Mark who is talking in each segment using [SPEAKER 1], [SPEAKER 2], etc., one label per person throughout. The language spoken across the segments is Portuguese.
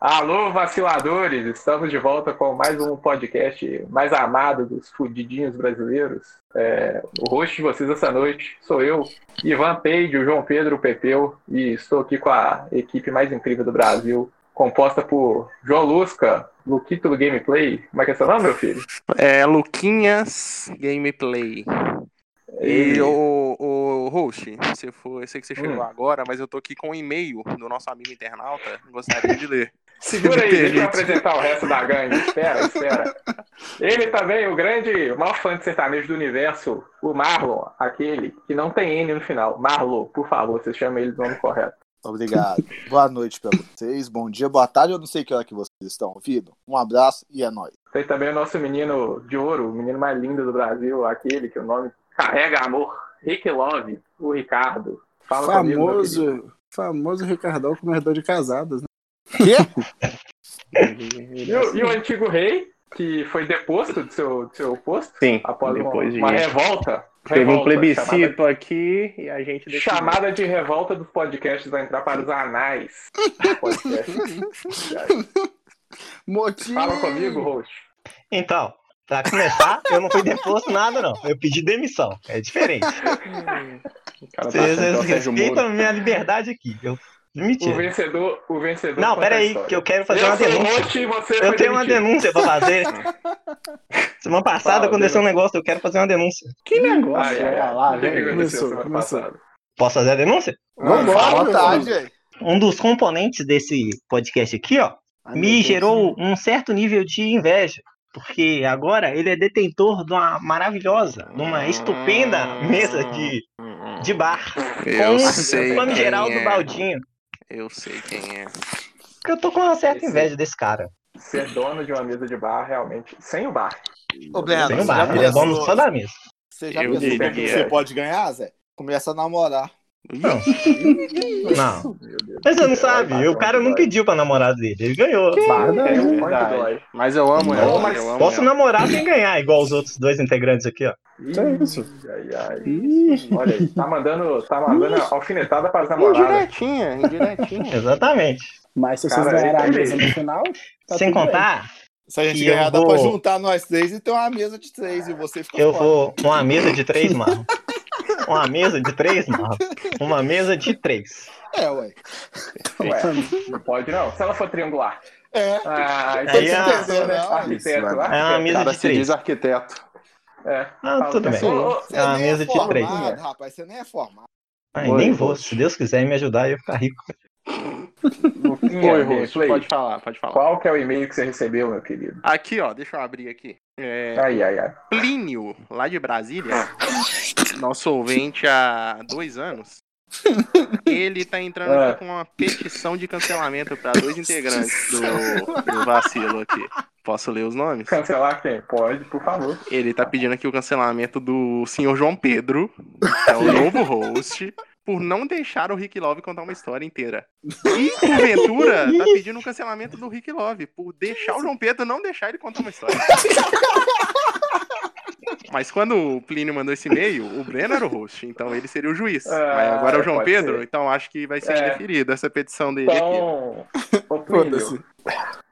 [SPEAKER 1] Alô, vaciladores! Estamos de volta com mais um podcast mais amado dos fudidinhos brasileiros. É, o host de vocês essa noite sou eu, Ivan Peide, o João Pedro Pepeu, e estou aqui com a equipe mais incrível do Brasil, composta por João Lusca, Luquito do Gameplay. Como é que é seu nome, meu filho?
[SPEAKER 2] É Luquinhas Gameplay. E, o, o host, você foi, eu sei que você chegou
[SPEAKER 1] Hum.
[SPEAKER 2] agora, mas eu tô aqui com um e-mail do nosso amigo internauta, gostaria de ler.
[SPEAKER 1] Segura aí,
[SPEAKER 2] Permite.
[SPEAKER 1] deixa eu apresentar o resto da gangue. Espera, espera. Ele também, o grande, o maior fã de sertanejo do universo, o Marlon, aquele que não tem N no final. Marlon, por favor, você chama ele do nome correto.
[SPEAKER 3] Obrigado. Boa noite pra vocês. Bom dia, boa tarde. Eu não sei que hora que vocês estão ouvindo. Um abraço e é nóis.
[SPEAKER 1] Tem também o nosso menino de ouro, o menino mais lindo do Brasil, aquele que o nome carrega amor, Rick Love, o Ricardo. Fala comigo, meu querido.
[SPEAKER 4] famoso, famoso Ricardão comedor de casadas, né?
[SPEAKER 3] Quê?
[SPEAKER 1] E o, e o antigo rei, que foi deposto do seu, do seu posto
[SPEAKER 5] Sim,
[SPEAKER 1] após uma,
[SPEAKER 5] depois de
[SPEAKER 1] uma revolta.
[SPEAKER 5] teve um
[SPEAKER 1] revolta,
[SPEAKER 5] plebiscito aqui e a gente decidiu.
[SPEAKER 1] Chamada de revolta dos podcasts vai entrar para os anais. do podcast.
[SPEAKER 4] Motim!
[SPEAKER 1] Fala comigo, host.
[SPEAKER 6] Então, pra começar, eu não fui deposto nada, não. Eu pedi demissão. É diferente.
[SPEAKER 5] O cara tá
[SPEAKER 6] Vocês
[SPEAKER 5] achando que é o Sérgio
[SPEAKER 6] respeitam
[SPEAKER 5] Moro.
[SPEAKER 6] a minha liberdade aqui. Eu
[SPEAKER 1] O
[SPEAKER 6] demiti.
[SPEAKER 1] vencedor, o vencedor.
[SPEAKER 6] Não,
[SPEAKER 1] conta a
[SPEAKER 6] peraí,
[SPEAKER 1] história.
[SPEAKER 6] que eu quero fazer uma
[SPEAKER 1] sou o
[SPEAKER 6] denúncia.
[SPEAKER 1] host e você
[SPEAKER 6] Eu
[SPEAKER 1] foi
[SPEAKER 6] tenho uma
[SPEAKER 1] demitido.
[SPEAKER 6] denúncia pra fazer. Semana passada
[SPEAKER 1] Fala,
[SPEAKER 6] aconteceu um negócio, eu quero fazer uma denúncia.
[SPEAKER 5] Que negócio,
[SPEAKER 1] Ai,
[SPEAKER 5] cara.
[SPEAKER 1] ai, ai.
[SPEAKER 5] lá,
[SPEAKER 1] O que
[SPEAKER 5] velho.
[SPEAKER 1] aconteceu
[SPEAKER 4] Começou,
[SPEAKER 1] semana
[SPEAKER 4] começou.
[SPEAKER 1] passada?
[SPEAKER 6] Posso fazer a denúncia?
[SPEAKER 3] Boa
[SPEAKER 4] Vambora, meu
[SPEAKER 3] tarde.
[SPEAKER 4] filho.
[SPEAKER 3] hein?
[SPEAKER 6] Um dos componentes desse podcast aqui, ó,
[SPEAKER 3] Ah,
[SPEAKER 4] Ai, meu
[SPEAKER 6] me
[SPEAKER 4] Deus.
[SPEAKER 6] gerou um certo nível de inveja. Porque agora ele é detentor de uma maravilhosa, de uma estupenda mesa de, de bar.
[SPEAKER 2] Hum. Eu
[SPEAKER 6] com
[SPEAKER 2] sei
[SPEAKER 6] o nome
[SPEAKER 2] quem
[SPEAKER 6] geral do
[SPEAKER 2] é.
[SPEAKER 6] Baldinho.
[SPEAKER 2] Eu sei quem é.
[SPEAKER 6] Porque eu tô com uma certa
[SPEAKER 1] Esse-
[SPEAKER 6] inveja desse cara.
[SPEAKER 1] Ser dono de uma mesa de bar, realmente, sem o bar.
[SPEAKER 3] Ô, Breno,
[SPEAKER 6] Tem
[SPEAKER 3] você
[SPEAKER 6] um bar,
[SPEAKER 3] já
[SPEAKER 6] ele é dono só
[SPEAKER 3] pensou,
[SPEAKER 6] da mesa.
[SPEAKER 3] você já
[SPEAKER 2] Eu
[SPEAKER 3] pensou
[SPEAKER 2] diria.
[SPEAKER 3] quanto você pode ganhar, Zé? Começa a namorar.
[SPEAKER 6] Não. Não. Mas você não sabe, o cara não pediu pra namorada dele, ele ganhou.
[SPEAKER 1] É,
[SPEAKER 4] Barda,
[SPEAKER 1] um
[SPEAKER 5] verdade.
[SPEAKER 1] dói.
[SPEAKER 2] Mas eu amo ela.
[SPEAKER 1] Não, mas
[SPEAKER 2] eu amo
[SPEAKER 6] Posso
[SPEAKER 2] ela.
[SPEAKER 6] namorar sem ganhar, igual os outros dois integrantes aqui, ó.
[SPEAKER 4] É isso.
[SPEAKER 1] Ai, ai.
[SPEAKER 4] Ih,
[SPEAKER 1] Olha aí, tá mandando, tá mandando alfinetada para as namoradas.
[SPEAKER 2] Indiretinha, indiretinha.
[SPEAKER 6] Exatamente.
[SPEAKER 4] Mas se vocês
[SPEAKER 1] Cara,
[SPEAKER 4] ganharem a
[SPEAKER 1] ele-
[SPEAKER 4] mesa no final, tá
[SPEAKER 6] sem
[SPEAKER 4] tudo
[SPEAKER 6] contar,
[SPEAKER 3] Se a gente
[SPEAKER 6] E eu
[SPEAKER 3] ganhar, dá
[SPEAKER 6] vou-
[SPEAKER 3] pra juntar nós três e ter uma mesa de três e você fica
[SPEAKER 6] eu
[SPEAKER 3] fora.
[SPEAKER 6] vou uma mesa de três, mano. Uma mesa de três, mano. Uma mesa de três.
[SPEAKER 3] É, ué.
[SPEAKER 4] bem.
[SPEAKER 1] Não pode, não. Se ela for triangular.
[SPEAKER 3] É.
[SPEAKER 1] Ah,
[SPEAKER 6] Aí
[SPEAKER 1] isso
[SPEAKER 6] a-
[SPEAKER 1] é entendeu, né?
[SPEAKER 3] Isso,
[SPEAKER 1] Arquiteto,
[SPEAKER 2] mano.
[SPEAKER 1] arquiteto.
[SPEAKER 6] É uma
[SPEAKER 2] O
[SPEAKER 6] mesa
[SPEAKER 2] cara
[SPEAKER 6] de
[SPEAKER 2] se
[SPEAKER 6] três.
[SPEAKER 2] diz arquiteto.
[SPEAKER 1] É.
[SPEAKER 6] Ah, tudo bem.
[SPEAKER 1] Ô, ô,
[SPEAKER 3] Você
[SPEAKER 6] É uma
[SPEAKER 3] nem
[SPEAKER 6] mesa
[SPEAKER 3] é
[SPEAKER 6] de
[SPEAKER 3] formado,
[SPEAKER 6] três.
[SPEAKER 3] rapaz. Você nem é formado.
[SPEAKER 6] Ai,
[SPEAKER 2] Oi,
[SPEAKER 6] nem vou.
[SPEAKER 2] host.
[SPEAKER 6] Se Deus quiser me ajudar, eu ia ficar rico.
[SPEAKER 1] Luquinha,
[SPEAKER 2] Oi,
[SPEAKER 1] Gameplay,
[SPEAKER 2] host, pode falar, pode falar.
[SPEAKER 1] Qual que é o e-mail que você recebeu, meu querido?
[SPEAKER 2] Aqui, ó, deixa eu abrir aqui. É,
[SPEAKER 1] Ai, ai, ai.
[SPEAKER 2] Plínio, lá de Brasília, nosso ouvinte há dois anos, ele tá entrando
[SPEAKER 1] Ah.
[SPEAKER 2] aqui com uma petição de cancelamento para dois integrantes do, do vacilo aqui. Posso ler os nomes?
[SPEAKER 1] Cancelar quem? Pode, por favor.
[SPEAKER 2] Ele tá pedindo aqui o cancelamento do senhor João Pedro, que é o novo host, por não deixar o Rick Love contar uma história inteira. E, porventura, tá pedindo o cancelamento do Rick Love, por deixar o João Pedro não deixar ele contar uma história. Mas quando o Plínio mandou esse e-mail, o Breno era o host, então ele seria o juiz.
[SPEAKER 1] Ah,
[SPEAKER 2] Mas agora é o João
[SPEAKER 1] pode
[SPEAKER 2] Pedro,
[SPEAKER 1] ser.
[SPEAKER 2] então acho que vai ser
[SPEAKER 1] É.
[SPEAKER 2] indeferida essa petição dele aqui.
[SPEAKER 1] Então, ô Plínio,
[SPEAKER 4] Foda-se.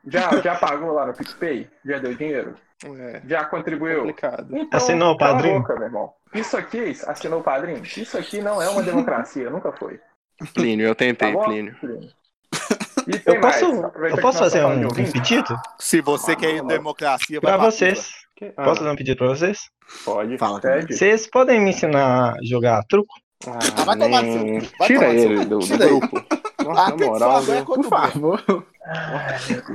[SPEAKER 1] já, já pagou lá no PicPay? Já deu dinheiro?
[SPEAKER 2] É
[SPEAKER 1] Já contribuiu?
[SPEAKER 2] complicado.
[SPEAKER 1] Então,
[SPEAKER 6] Assinou o
[SPEAKER 1] cala a
[SPEAKER 6] padrinho?
[SPEAKER 1] boca, meu irmão. Isso aqui, assinou o padrinho? Isso aqui não é uma democracia, nunca foi.
[SPEAKER 2] Plínio, eu tentei,
[SPEAKER 1] Tá bom?
[SPEAKER 2] Plínio.
[SPEAKER 1] E tem
[SPEAKER 6] Eu posso,
[SPEAKER 1] mais? Aproveita
[SPEAKER 6] eu
[SPEAKER 1] que
[SPEAKER 6] posso
[SPEAKER 1] nós
[SPEAKER 6] fazer
[SPEAKER 1] tá falando
[SPEAKER 6] um,
[SPEAKER 1] de ouvinte.
[SPEAKER 6] pedido
[SPEAKER 3] Se você quer ir democracia, vai
[SPEAKER 6] pra
[SPEAKER 3] pra
[SPEAKER 6] vocês.
[SPEAKER 2] Que- ah,
[SPEAKER 6] Posso fazer um pedido pra vocês?
[SPEAKER 2] Pode.
[SPEAKER 4] Fala.
[SPEAKER 1] Pede.
[SPEAKER 6] Vocês podem me ensinar a jogar truco?
[SPEAKER 3] Ah, vai tomar no seu cu. Vai
[SPEAKER 5] Tira
[SPEAKER 3] tomar no seu
[SPEAKER 5] ele
[SPEAKER 3] cu.
[SPEAKER 5] do, do
[SPEAKER 3] Tira ele.
[SPEAKER 5] grupo.
[SPEAKER 3] Ah,
[SPEAKER 5] Nossa,
[SPEAKER 3] tem
[SPEAKER 5] na
[SPEAKER 3] que
[SPEAKER 5] moral,
[SPEAKER 3] fazer
[SPEAKER 5] velho.
[SPEAKER 3] contra
[SPEAKER 4] Por
[SPEAKER 3] o Breno.
[SPEAKER 4] favor.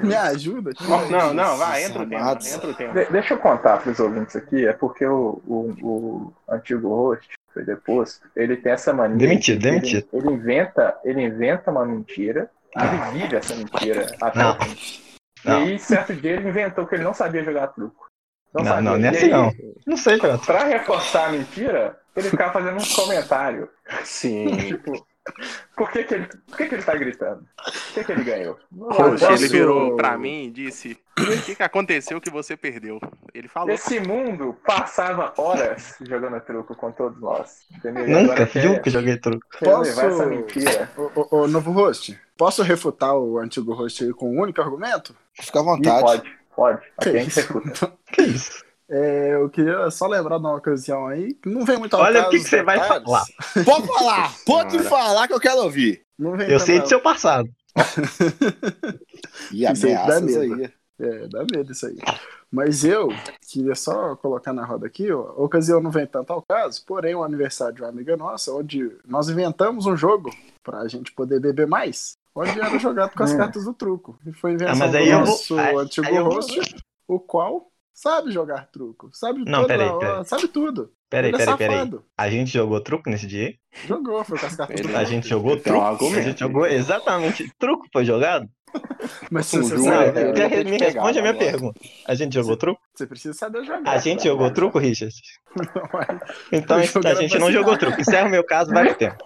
[SPEAKER 4] Me ajuda.
[SPEAKER 5] Não, não, vai, entra o tema.
[SPEAKER 3] Amados.
[SPEAKER 5] Entra o tema.
[SPEAKER 1] De- deixa eu contar para os ouvintes aqui, é porque o, o- o antigo host, que foi deposto, ele tem essa mania.
[SPEAKER 6] Demitido,
[SPEAKER 1] Ele-
[SPEAKER 6] demitido. Ah.
[SPEAKER 1] Ele, inventa, ele inventa uma mentira, ele vive essa mentira até
[SPEAKER 6] Não.
[SPEAKER 1] o fim.
[SPEAKER 6] Não.
[SPEAKER 1] E aí, certo dia, ele inventou que ele não sabia jogar truco.
[SPEAKER 6] Não, não, não
[SPEAKER 1] E
[SPEAKER 6] é assim
[SPEAKER 1] aí,
[SPEAKER 6] não. Não sei jogar truco.
[SPEAKER 1] Pra reforçar a mentira, ele ficava fazendo uns tá comentários.
[SPEAKER 5] Sim.
[SPEAKER 1] Tipo, Por que, que, ele, por que, que ele tá gritando? O que, que ele ganhou?
[SPEAKER 2] Roxo, ele
[SPEAKER 1] Posso-
[SPEAKER 2] virou pra mim e disse: O que, que aconteceu que você perdeu? Ele falou.
[SPEAKER 1] Esse mundo passava horas jogando truco com todos nós. Entendeu? E
[SPEAKER 6] Nunca
[SPEAKER 1] agora quer-
[SPEAKER 6] viu que eu joguei truco.
[SPEAKER 1] quer levar
[SPEAKER 4] Posso-
[SPEAKER 1] essa mentira.
[SPEAKER 4] Ô, ô, ô, novo host, posso refutar o antigo host aí com um único argumento?
[SPEAKER 3] Fica à
[SPEAKER 1] Ih,
[SPEAKER 3] vontade.
[SPEAKER 1] pode, pode. Aqui
[SPEAKER 4] Que
[SPEAKER 1] a gente
[SPEAKER 4] isso?
[SPEAKER 1] escuta.
[SPEAKER 6] Que isso?
[SPEAKER 4] É, eu queria só lembrar de uma ocasião aí, que não vem muito ao
[SPEAKER 6] Olha
[SPEAKER 4] caso tá?
[SPEAKER 6] o que, que você vai
[SPEAKER 4] detalhes,
[SPEAKER 6] falar.
[SPEAKER 3] Pode falar, pode
[SPEAKER 2] Senhora.
[SPEAKER 3] falar que eu quero ouvir.
[SPEAKER 4] Não vem
[SPEAKER 6] Eu
[SPEAKER 4] tanto
[SPEAKER 6] sei
[SPEAKER 4] ao-
[SPEAKER 6] do seu passado.
[SPEAKER 3] E
[SPEAKER 4] Isso aí dá
[SPEAKER 3] ameaças
[SPEAKER 4] medo.
[SPEAKER 3] aí. né?
[SPEAKER 4] É, dá medo isso aí. Mas eu queria só colocar na roda aqui, ó, a ocasião não vem tanto ao caso, porém um aniversário de uma amiga nossa, onde nós inventamos um jogo pra gente poder beber mais, onde era jogado com as
[SPEAKER 1] Hum.
[SPEAKER 4] cartas do truco. E foi
[SPEAKER 6] Ah,
[SPEAKER 4] invenção
[SPEAKER 6] mas aí
[SPEAKER 4] do
[SPEAKER 6] eu vou-
[SPEAKER 4] nosso
[SPEAKER 6] aí-
[SPEAKER 4] antigo
[SPEAKER 6] aí eu vou-
[SPEAKER 4] host, o qual sabe jogar truco, sabe
[SPEAKER 6] Não,
[SPEAKER 4] toda
[SPEAKER 6] peraí,
[SPEAKER 4] a hora,
[SPEAKER 6] peraí.
[SPEAKER 4] sabe tudo.
[SPEAKER 6] Peraí,
[SPEAKER 4] Ele é
[SPEAKER 6] peraí, peraí.
[SPEAKER 4] safado.
[SPEAKER 6] A gente jogou truco nesse dia? aí?
[SPEAKER 4] Jogou, foi com as cartas do
[SPEAKER 2] Ele-
[SPEAKER 4] truco.
[SPEAKER 6] A gente jogou
[SPEAKER 1] um
[SPEAKER 2] Então,
[SPEAKER 6] truco? A
[SPEAKER 2] argumento.
[SPEAKER 6] gente jogou exatamente. Truco foi jogado?
[SPEAKER 4] Mas se
[SPEAKER 3] Não,
[SPEAKER 4] você,
[SPEAKER 3] Não,
[SPEAKER 6] Não,
[SPEAKER 4] sabe-
[SPEAKER 3] eu
[SPEAKER 6] já
[SPEAKER 3] vou ter que
[SPEAKER 6] me
[SPEAKER 3] pegar
[SPEAKER 6] responde a minha
[SPEAKER 3] agora.
[SPEAKER 6] pergunta. A gente jogou truco?
[SPEAKER 4] você precisa saber jogar.
[SPEAKER 6] A gente jogou truco, Richard? Então
[SPEAKER 4] Eu
[SPEAKER 6] a
[SPEAKER 4] jogava
[SPEAKER 6] gente não
[SPEAKER 4] pra
[SPEAKER 6] jogou truco. Encerra o meu caso, vai pro tempo.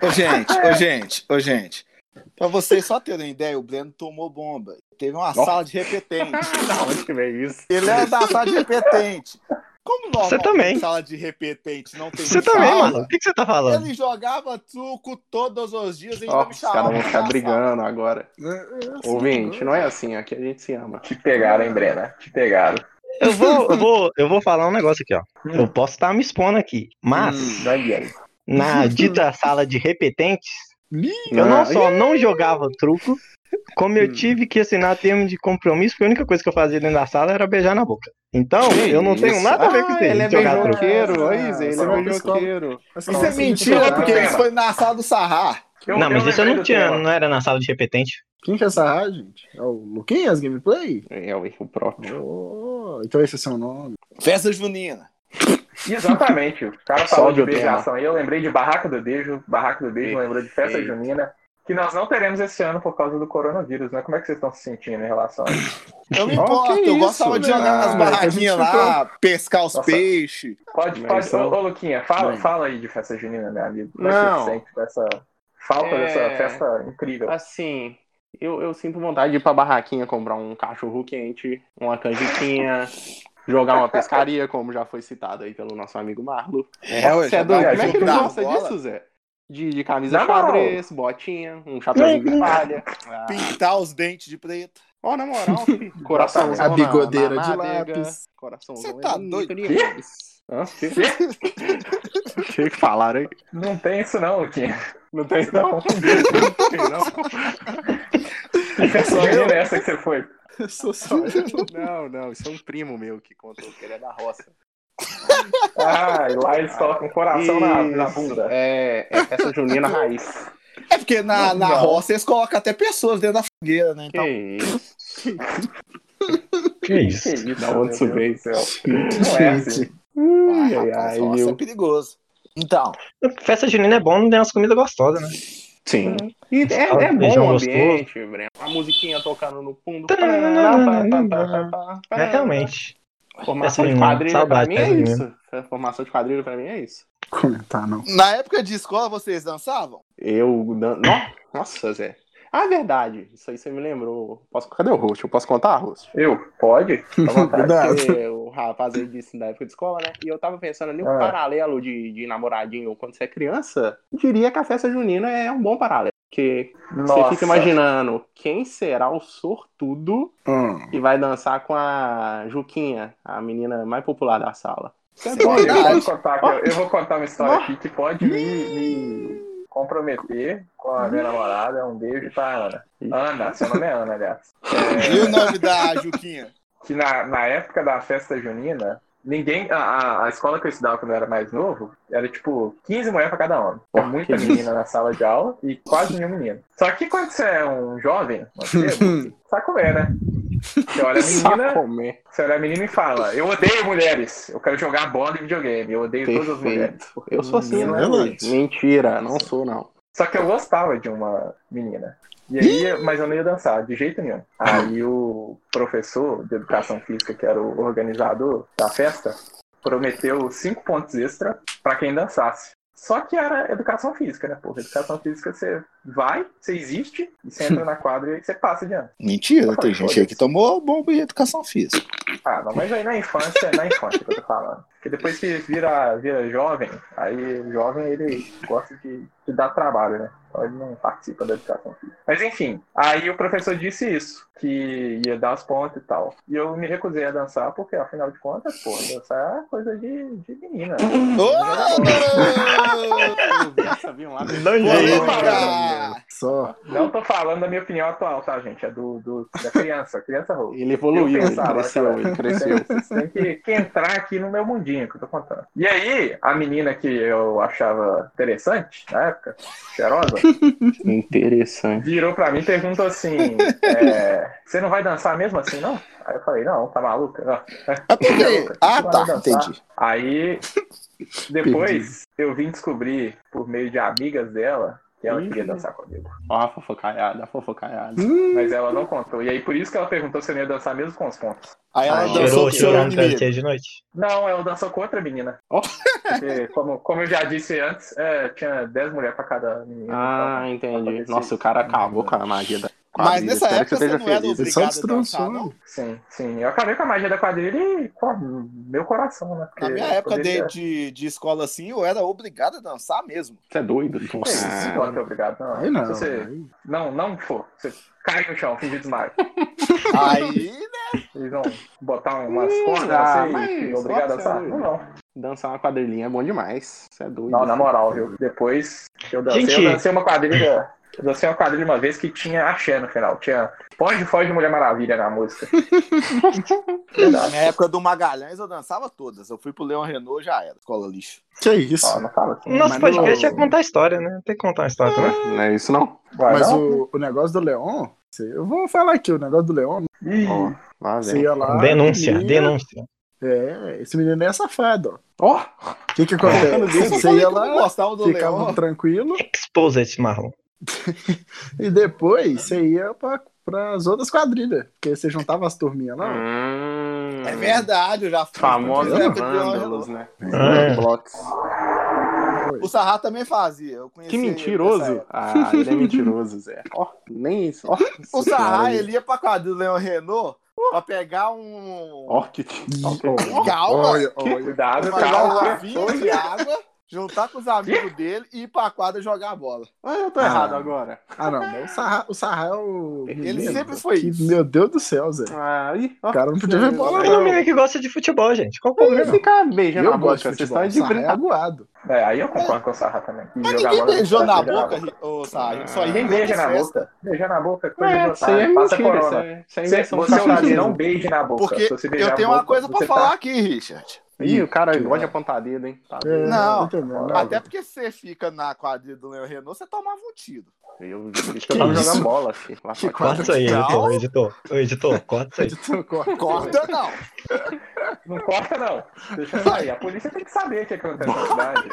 [SPEAKER 3] Ô, gente, ô, gente, ô, gente. Pra vocês só terem ideia, o Breno tomou bomba. Teve uma sala de repetente.
[SPEAKER 2] Da onde que veio isso?
[SPEAKER 3] Ele era da sala de repetente. Como normal,
[SPEAKER 6] Você também.
[SPEAKER 3] sala de repetente não tem
[SPEAKER 6] Você
[SPEAKER 3] sala,
[SPEAKER 6] também, mano. O que que você tá falando?
[SPEAKER 3] Ele jogava truco todos os dias e
[SPEAKER 2] Ó,
[SPEAKER 3] ainda me
[SPEAKER 2] os
[SPEAKER 3] chamava.
[SPEAKER 2] caras vão
[SPEAKER 3] pra
[SPEAKER 2] ficar
[SPEAKER 3] sala.
[SPEAKER 2] brigando agora. Ouvinte, não é assim, aqui a gente se ama.
[SPEAKER 1] Te pegaram, hein, Brena? Te pegaram.
[SPEAKER 6] Eu vou, eu vou, eu vou falar um negócio aqui, ó. Eu posso estar me expondo aqui, mas
[SPEAKER 1] Não é
[SPEAKER 6] na dita sala de repetentes, eu
[SPEAKER 2] Ah,
[SPEAKER 6] não só não jogava truco, como eu
[SPEAKER 2] Hum.
[SPEAKER 6] tive que assinar termo de compromisso, porque a única coisa que eu fazia dentro da sala era beijar na boca. Então, eu não tenho
[SPEAKER 2] isso.
[SPEAKER 6] nada a ver com
[SPEAKER 2] Ah,
[SPEAKER 6] isso. aí,
[SPEAKER 2] Ele é
[SPEAKER 6] jogar truco.
[SPEAKER 2] beijoqueiro,
[SPEAKER 4] Ah,
[SPEAKER 2] olha isso, ele
[SPEAKER 4] só
[SPEAKER 2] é
[SPEAKER 4] uma escola.
[SPEAKER 2] beijoqueiro.
[SPEAKER 3] Isso é mentira, porque isso foi na sala do Sarrar.
[SPEAKER 1] Eu-
[SPEAKER 6] Não,
[SPEAKER 1] eu
[SPEAKER 6] mas isso eu
[SPEAKER 1] lembrei
[SPEAKER 6] não
[SPEAKER 1] do
[SPEAKER 6] tinha,
[SPEAKER 1] tema.
[SPEAKER 6] não era na sala de repetente.
[SPEAKER 4] Quem que é essa raia, gente? É o Luquinhas Gameplay?
[SPEAKER 2] É, ué, o próprio.
[SPEAKER 4] Oh, então esse é seu nome.
[SPEAKER 3] Festa junina.
[SPEAKER 1] Exatamente. O cara
[SPEAKER 2] Só
[SPEAKER 1] falou de
[SPEAKER 2] de tema.
[SPEAKER 1] beijação aí. Eu lembrei de Barraca do Beijo. Barraca do Beijo
[SPEAKER 2] Eita,
[SPEAKER 1] lembrou de Festa
[SPEAKER 2] eita.
[SPEAKER 1] Junina. Que nós não teremos esse ano por causa do coronavírus, né? Como é que vocês estão se sentindo em relação a isso?
[SPEAKER 3] Eu não
[SPEAKER 2] Oh,
[SPEAKER 3] importo,
[SPEAKER 2] que
[SPEAKER 3] eu
[SPEAKER 2] isso?
[SPEAKER 3] gostava de jogar
[SPEAKER 2] Ah,
[SPEAKER 3] nas
[SPEAKER 2] mas
[SPEAKER 3] barraquinhas lá, pescar os
[SPEAKER 1] Nossa.
[SPEAKER 3] peixes.
[SPEAKER 1] Pode,
[SPEAKER 2] Mas
[SPEAKER 1] pode.
[SPEAKER 2] são-
[SPEAKER 1] Ô, ô, Luquinha, fala,
[SPEAKER 4] Bem.
[SPEAKER 1] fala aí de Festa Junina, meu amigo. Como é que
[SPEAKER 2] Não.
[SPEAKER 1] você sente com essa falta
[SPEAKER 2] É.
[SPEAKER 1] dessa festa incrível?
[SPEAKER 2] Assim, eu, eu sinto vontade de ir pra barraquinha comprar um cachorro quente, uma canjiquinha, jogar uma pescaria, como já foi citado aí pelo nosso amigo Marlo.
[SPEAKER 3] É, ué,
[SPEAKER 2] Você é doido?
[SPEAKER 1] dá-
[SPEAKER 2] Como é que ele
[SPEAKER 3] dá uma
[SPEAKER 2] gosta
[SPEAKER 3] bola.
[SPEAKER 2] disso, Zé? De, de camisa
[SPEAKER 1] Na
[SPEAKER 2] de
[SPEAKER 1] moral.
[SPEAKER 2] xadrez, botinha, um chapéuzinho de palha. Ah.
[SPEAKER 3] pintar os dentes de preto.
[SPEAKER 2] Ó, na moral, fi, coraçãozão
[SPEAKER 4] A
[SPEAKER 2] na-
[SPEAKER 4] bigodeira
[SPEAKER 2] na
[SPEAKER 4] de
[SPEAKER 2] nádega,
[SPEAKER 4] lápis.
[SPEAKER 2] Coraçãozão
[SPEAKER 3] Cê tá
[SPEAKER 2] é bonito
[SPEAKER 3] doido?
[SPEAKER 2] demais. Hã? Ah, O que que falaram aí?
[SPEAKER 1] Não tem isso não, Luquinha.
[SPEAKER 2] Não tem não?
[SPEAKER 1] Que Festa Junina é essa que você foi?
[SPEAKER 4] Eu sou só eu.
[SPEAKER 2] Não, não, isso é um primo meu que contou que ele é da roça.
[SPEAKER 1] Ah, e lá eles colocam o coração na, na
[SPEAKER 2] Isso,
[SPEAKER 1] bunda.
[SPEAKER 2] É, é festa junina raiz.
[SPEAKER 3] É porque na, na
[SPEAKER 1] Não.
[SPEAKER 3] roça eles colocam até pessoas dentro da fogueira, né?
[SPEAKER 2] Que
[SPEAKER 3] Então,
[SPEAKER 2] isso?
[SPEAKER 1] é
[SPEAKER 6] Que isso?
[SPEAKER 2] Da onde isso
[SPEAKER 1] meu
[SPEAKER 2] veio?
[SPEAKER 1] Deus do céu. Não é assim.
[SPEAKER 2] Ai,
[SPEAKER 3] ah,
[SPEAKER 2] ai,
[SPEAKER 3] rapaz,
[SPEAKER 2] ai,
[SPEAKER 3] roça é
[SPEAKER 2] viu?
[SPEAKER 3] perigoso. Então,
[SPEAKER 6] Festa junina é bom, não tem umas comidas gostosas, né?
[SPEAKER 2] Sim. E é,
[SPEAKER 6] Ah,
[SPEAKER 2] é bom
[SPEAKER 6] beijão
[SPEAKER 2] o
[SPEAKER 6] gostoso. Tá.
[SPEAKER 2] ambiente, Breno. A musiquinha tocando no fundo. tá,
[SPEAKER 6] É realmente.
[SPEAKER 2] Formação de
[SPEAKER 6] Essa
[SPEAKER 2] quadrilha pra
[SPEAKER 6] saudade,
[SPEAKER 2] mim é
[SPEAKER 6] essa
[SPEAKER 2] isso. Formação de quadrilha pra mim é isso.
[SPEAKER 4] Comentar, não.
[SPEAKER 3] na época de escola vocês dançavam?
[SPEAKER 2] Eu. dan- No- Nossa, Zé. Ah, verdade. Isso aí você me lembrou. Posso... Cadê o host? Eu posso contar, host?
[SPEAKER 1] Eu? Pode? Fica à vontade.
[SPEAKER 2] Porque o rapaz aí disse na época de escola, né? E eu tava pensando ali um
[SPEAKER 1] Ah.
[SPEAKER 2] paralelo de, de namoradinho quando você é criança. Eu diria que a festa junina é um bom paralelo. Porque você fica imaginando quem será o sortudo
[SPEAKER 4] Hum.
[SPEAKER 2] que vai dançar com a Juquinha, a menina mais popular da sala. Você é
[SPEAKER 1] Olha,
[SPEAKER 2] doido?
[SPEAKER 1] eu, vou
[SPEAKER 3] Verdade.
[SPEAKER 1] contar, que eu, eu vou contar uma história
[SPEAKER 2] Ó.
[SPEAKER 1] aqui que pode me, me comprometer com a minha namorada. Um beijo pra Ana. Ana, seu nome é Ana, aliás.
[SPEAKER 3] E o nome da Juquinha?
[SPEAKER 1] Que na, na época da festa junina, ninguém. A, a- a escola que eu estudava quando eu era mais novo era tipo 15 mulheres pra cada homem. Era muita menina na sala de aula e quase nenhum menino. Só que quando você é um jovem, você, sabe como é, né? Você olha a menina,
[SPEAKER 2] Sacomé.
[SPEAKER 1] Você olha a menina e fala: Eu odeio mulheres, eu quero jogar bola e videogame, eu odeio todas as mulheres.
[SPEAKER 2] Perfeito. Eu sou assim, né?
[SPEAKER 4] Relante.
[SPEAKER 2] Mentira, não sou, não.
[SPEAKER 1] Só que eu gostava de uma menina. E aí, mas eu não ia dançar, de jeito nenhum. Aí o professor de educação física, que era o organizador da festa, prometeu cinco pontos extra pra quem dançasse. Só que era educação física, né, porra? Educação física você vai, você existe, e você entra na quadra e você passa de ano.
[SPEAKER 3] Mentira, tem gente aí que tomou bomba de educação física.
[SPEAKER 1] Ah, não, mas aí na infância, na infância que eu tô falando. Porque depois que vira, vira jovem, aí o jovem ele gosta de, de dar trabalho, né? Então ele não participa da educação física. Mas enfim, aí o professor disse isso, que ia dar as pontas e tal. E eu me recusei a dançar, porque afinal de contas, pô, dançar é coisa de, de menina. né?
[SPEAKER 3] Eita!
[SPEAKER 4] Só.
[SPEAKER 1] Não tô falando da minha opinião atual, tá, gente? É do, do- da criança, criança rouba.
[SPEAKER 2] Ele evoluiu,
[SPEAKER 1] Eu
[SPEAKER 2] ele
[SPEAKER 1] pensava,
[SPEAKER 2] cresceu,
[SPEAKER 1] cara.
[SPEAKER 2] ele cresceu.
[SPEAKER 1] Vocês têm que, que entrar aqui no meu mundinho que eu tô contando. E aí, a menina que eu achava interessante na época, cheirosa,
[SPEAKER 2] Interessante.
[SPEAKER 1] virou pra mim e perguntou assim: é, Você não vai dançar mesmo assim, não? Aí eu falei: Não, tá maluca? Não.
[SPEAKER 3] Ah, peraí. Ah, tá, entendi.
[SPEAKER 1] Aí, depois, eu vim descobrir, por meio de amigas dela, que ela queria dançar comigo.
[SPEAKER 2] Ó, a fofocaiada, a fofocaiada.
[SPEAKER 1] Mas ela não contou. E aí, por isso que ela perguntou se eu não ia dançar mesmo com os pontos.
[SPEAKER 3] Aí ela
[SPEAKER 6] Ah,
[SPEAKER 3] dançou
[SPEAKER 6] chorou,
[SPEAKER 3] com seu
[SPEAKER 6] chorando
[SPEAKER 3] inimigo.
[SPEAKER 6] que de noite.
[SPEAKER 1] Não, ela dançou com outra menina.
[SPEAKER 2] Ó.
[SPEAKER 1] Porque, como, como eu já disse antes, é, tinha 10 mulheres pra cada menina.
[SPEAKER 2] Ah, entendi. Nossa, o cara acabou com a magia da
[SPEAKER 3] Mas
[SPEAKER 2] quadrilha.
[SPEAKER 3] nessa
[SPEAKER 2] Espero
[SPEAKER 3] época
[SPEAKER 2] que você
[SPEAKER 3] você
[SPEAKER 2] esteja
[SPEAKER 3] não era
[SPEAKER 2] feliz.
[SPEAKER 4] Ele só
[SPEAKER 3] obrigado a dançar,
[SPEAKER 4] destrunçou,
[SPEAKER 3] não?
[SPEAKER 1] então, sim, sim. Eu acabei com a magia da quadrilha e com o meu coração, né?
[SPEAKER 3] Na
[SPEAKER 1] Porque
[SPEAKER 3] minha época de,
[SPEAKER 1] poderia-
[SPEAKER 3] de, de escola, assim, eu era obrigado a dançar mesmo.
[SPEAKER 2] Você é doido?
[SPEAKER 1] Isso, não
[SPEAKER 2] Nossa. né?
[SPEAKER 1] pode ser obrigado, não.
[SPEAKER 4] Aí não.
[SPEAKER 1] Se você
[SPEAKER 4] aí-
[SPEAKER 1] não, não for, você cai no chão, fingir desmaio.
[SPEAKER 3] Aí,
[SPEAKER 1] Eles vão botar umas cordas,
[SPEAKER 2] ah,
[SPEAKER 1] não sei,
[SPEAKER 2] mas
[SPEAKER 1] e obrigado a
[SPEAKER 2] só
[SPEAKER 1] dançar.
[SPEAKER 2] pra
[SPEAKER 1] Não, não.
[SPEAKER 2] Dançar uma quadrilhinha é bom demais. Você é doido.
[SPEAKER 1] Não, na moral, viu? Depois eu dancei,
[SPEAKER 6] Gente.
[SPEAKER 1] eu dancei uma quadrilha. Eu dancei uma quadrilha uma vez que tinha axé no final. Tinha Foge, Foge Mulher Maravilha na música.
[SPEAKER 3] na
[SPEAKER 1] Verdade.
[SPEAKER 3] minha época do Magalhães, eu dançava todas. Eu fui pro Leão Renault, já era. Escola lixo.
[SPEAKER 4] Que isso?
[SPEAKER 1] Ó, não fala assim.
[SPEAKER 6] Nosso
[SPEAKER 4] Mas
[SPEAKER 6] podcast
[SPEAKER 4] não-
[SPEAKER 6] é contar história, né? Tem que contar uma história também.
[SPEAKER 2] Não é isso, não?
[SPEAKER 1] Vai,
[SPEAKER 4] Mas
[SPEAKER 1] não?
[SPEAKER 4] o, o negócio do Leon, você- eu vou falar aqui, o negócio do Leon,
[SPEAKER 1] Ih,
[SPEAKER 2] Ó, lá
[SPEAKER 4] você
[SPEAKER 2] vem.
[SPEAKER 4] ia lá.
[SPEAKER 6] denúncia,
[SPEAKER 4] menino-
[SPEAKER 6] denúncia.
[SPEAKER 4] É, esse menino é safado, ó.
[SPEAKER 2] Ó,
[SPEAKER 4] O que que acontece?
[SPEAKER 3] Eu
[SPEAKER 4] Você
[SPEAKER 3] falei que
[SPEAKER 4] ia
[SPEAKER 3] eu não
[SPEAKER 4] lá,
[SPEAKER 3] gostava do
[SPEAKER 4] ficava
[SPEAKER 3] Leão.
[SPEAKER 4] tranquilo,
[SPEAKER 6] Exposit, Marlon.
[SPEAKER 4] e depois você ia pra, pras outras quadrilhas. Porque você juntava as turminhas lá, ó.
[SPEAKER 2] Ah. Hum,
[SPEAKER 3] É verdade, eu já fui.
[SPEAKER 2] Famosos
[SPEAKER 3] Eu fui pro Leão
[SPEAKER 2] vândalos,
[SPEAKER 3] Renault.
[SPEAKER 2] né?
[SPEAKER 6] Ah.
[SPEAKER 2] Blocks.
[SPEAKER 3] O Sarra também fazia. Eu conheci
[SPEAKER 2] Que
[SPEAKER 3] ele nessa
[SPEAKER 2] mentiroso.
[SPEAKER 3] época.
[SPEAKER 2] Ah, ele é mentiroso, Zé. Ó, nem isso. Ó,
[SPEAKER 3] O
[SPEAKER 2] nossa senhora,
[SPEAKER 3] Sarra,
[SPEAKER 2] gente.
[SPEAKER 3] ele ia pra quadrilha do Leão Renault pra pegar um.
[SPEAKER 2] Ó, que... ó, que-
[SPEAKER 3] Calma!
[SPEAKER 1] cuidado, tá?
[SPEAKER 3] pegar um
[SPEAKER 1] calma.
[SPEAKER 3] lavinho de água, juntar com os amigos dele e ir pra quadra jogar a bola.
[SPEAKER 2] Ah, eu tô
[SPEAKER 4] Ah.
[SPEAKER 2] errado agora.
[SPEAKER 4] Ah, não, mas o Sarra, o Sarra é o.
[SPEAKER 2] Ele
[SPEAKER 4] menino
[SPEAKER 3] sempre foi
[SPEAKER 4] que-
[SPEAKER 3] isso.
[SPEAKER 4] Meu Deus do céu, Zé.
[SPEAKER 2] Ah, ih, ó.
[SPEAKER 4] O cara não podia ver bola,
[SPEAKER 6] Mas é um
[SPEAKER 4] não.
[SPEAKER 6] menino que gosta de futebol, gente. Qual o
[SPEAKER 2] Ele
[SPEAKER 6] problema?
[SPEAKER 2] fica beijando
[SPEAKER 4] Eu
[SPEAKER 2] a
[SPEAKER 4] gosto
[SPEAKER 2] boca.
[SPEAKER 4] de
[SPEAKER 2] Você
[SPEAKER 4] futebol.
[SPEAKER 2] está de
[SPEAKER 4] o Sarra é
[SPEAKER 2] brincadeira.
[SPEAKER 4] aguado.
[SPEAKER 1] É, aí eu concordo com o Sarra também. E
[SPEAKER 3] Mas
[SPEAKER 1] jogar
[SPEAKER 3] ninguém
[SPEAKER 1] bola-
[SPEAKER 3] beijou na
[SPEAKER 1] jogar
[SPEAKER 3] boca, ô Sarra. A gente só
[SPEAKER 2] Ah.
[SPEAKER 3] ia
[SPEAKER 1] Ninguém
[SPEAKER 3] em
[SPEAKER 1] beija na
[SPEAKER 3] festa.
[SPEAKER 1] boca. Beijar na boca é coisa de
[SPEAKER 2] É, isso aí é
[SPEAKER 1] otário. Passa
[SPEAKER 2] mentira. Isso
[SPEAKER 1] corona.
[SPEAKER 2] é, isso é
[SPEAKER 1] Você,
[SPEAKER 2] inversão
[SPEAKER 1] você é um
[SPEAKER 2] safadeza.
[SPEAKER 1] menino, não beije na boca.
[SPEAKER 3] Porque
[SPEAKER 1] Se você beijar
[SPEAKER 3] eu tenho
[SPEAKER 1] a
[SPEAKER 3] uma
[SPEAKER 1] boca,
[SPEAKER 3] coisa pra
[SPEAKER 1] você tá-
[SPEAKER 3] falar aqui, Richard.
[SPEAKER 2] Ih, o cara
[SPEAKER 4] Que
[SPEAKER 2] gosta de
[SPEAKER 4] vai.
[SPEAKER 2] apontar dedo, hein? Tá
[SPEAKER 4] É,
[SPEAKER 2] vendo?
[SPEAKER 3] Não,
[SPEAKER 4] tô entendendo.
[SPEAKER 3] Até porque você fica na quadrilha do Leão Renault, você tomava um tiro.
[SPEAKER 2] Eu, por isso que eu tava
[SPEAKER 4] isso?
[SPEAKER 2] jogando bola, filho. Lá
[SPEAKER 4] Que
[SPEAKER 2] pra
[SPEAKER 4] quadra-
[SPEAKER 2] casa.
[SPEAKER 6] Corta isso aí,
[SPEAKER 3] Não.
[SPEAKER 6] ô editor. Ô editor, corta isso aí.
[SPEAKER 3] Corta Então, não.
[SPEAKER 1] Não corta, não. Deixa eu sair. A polícia tem que saber o que acontece na cidade.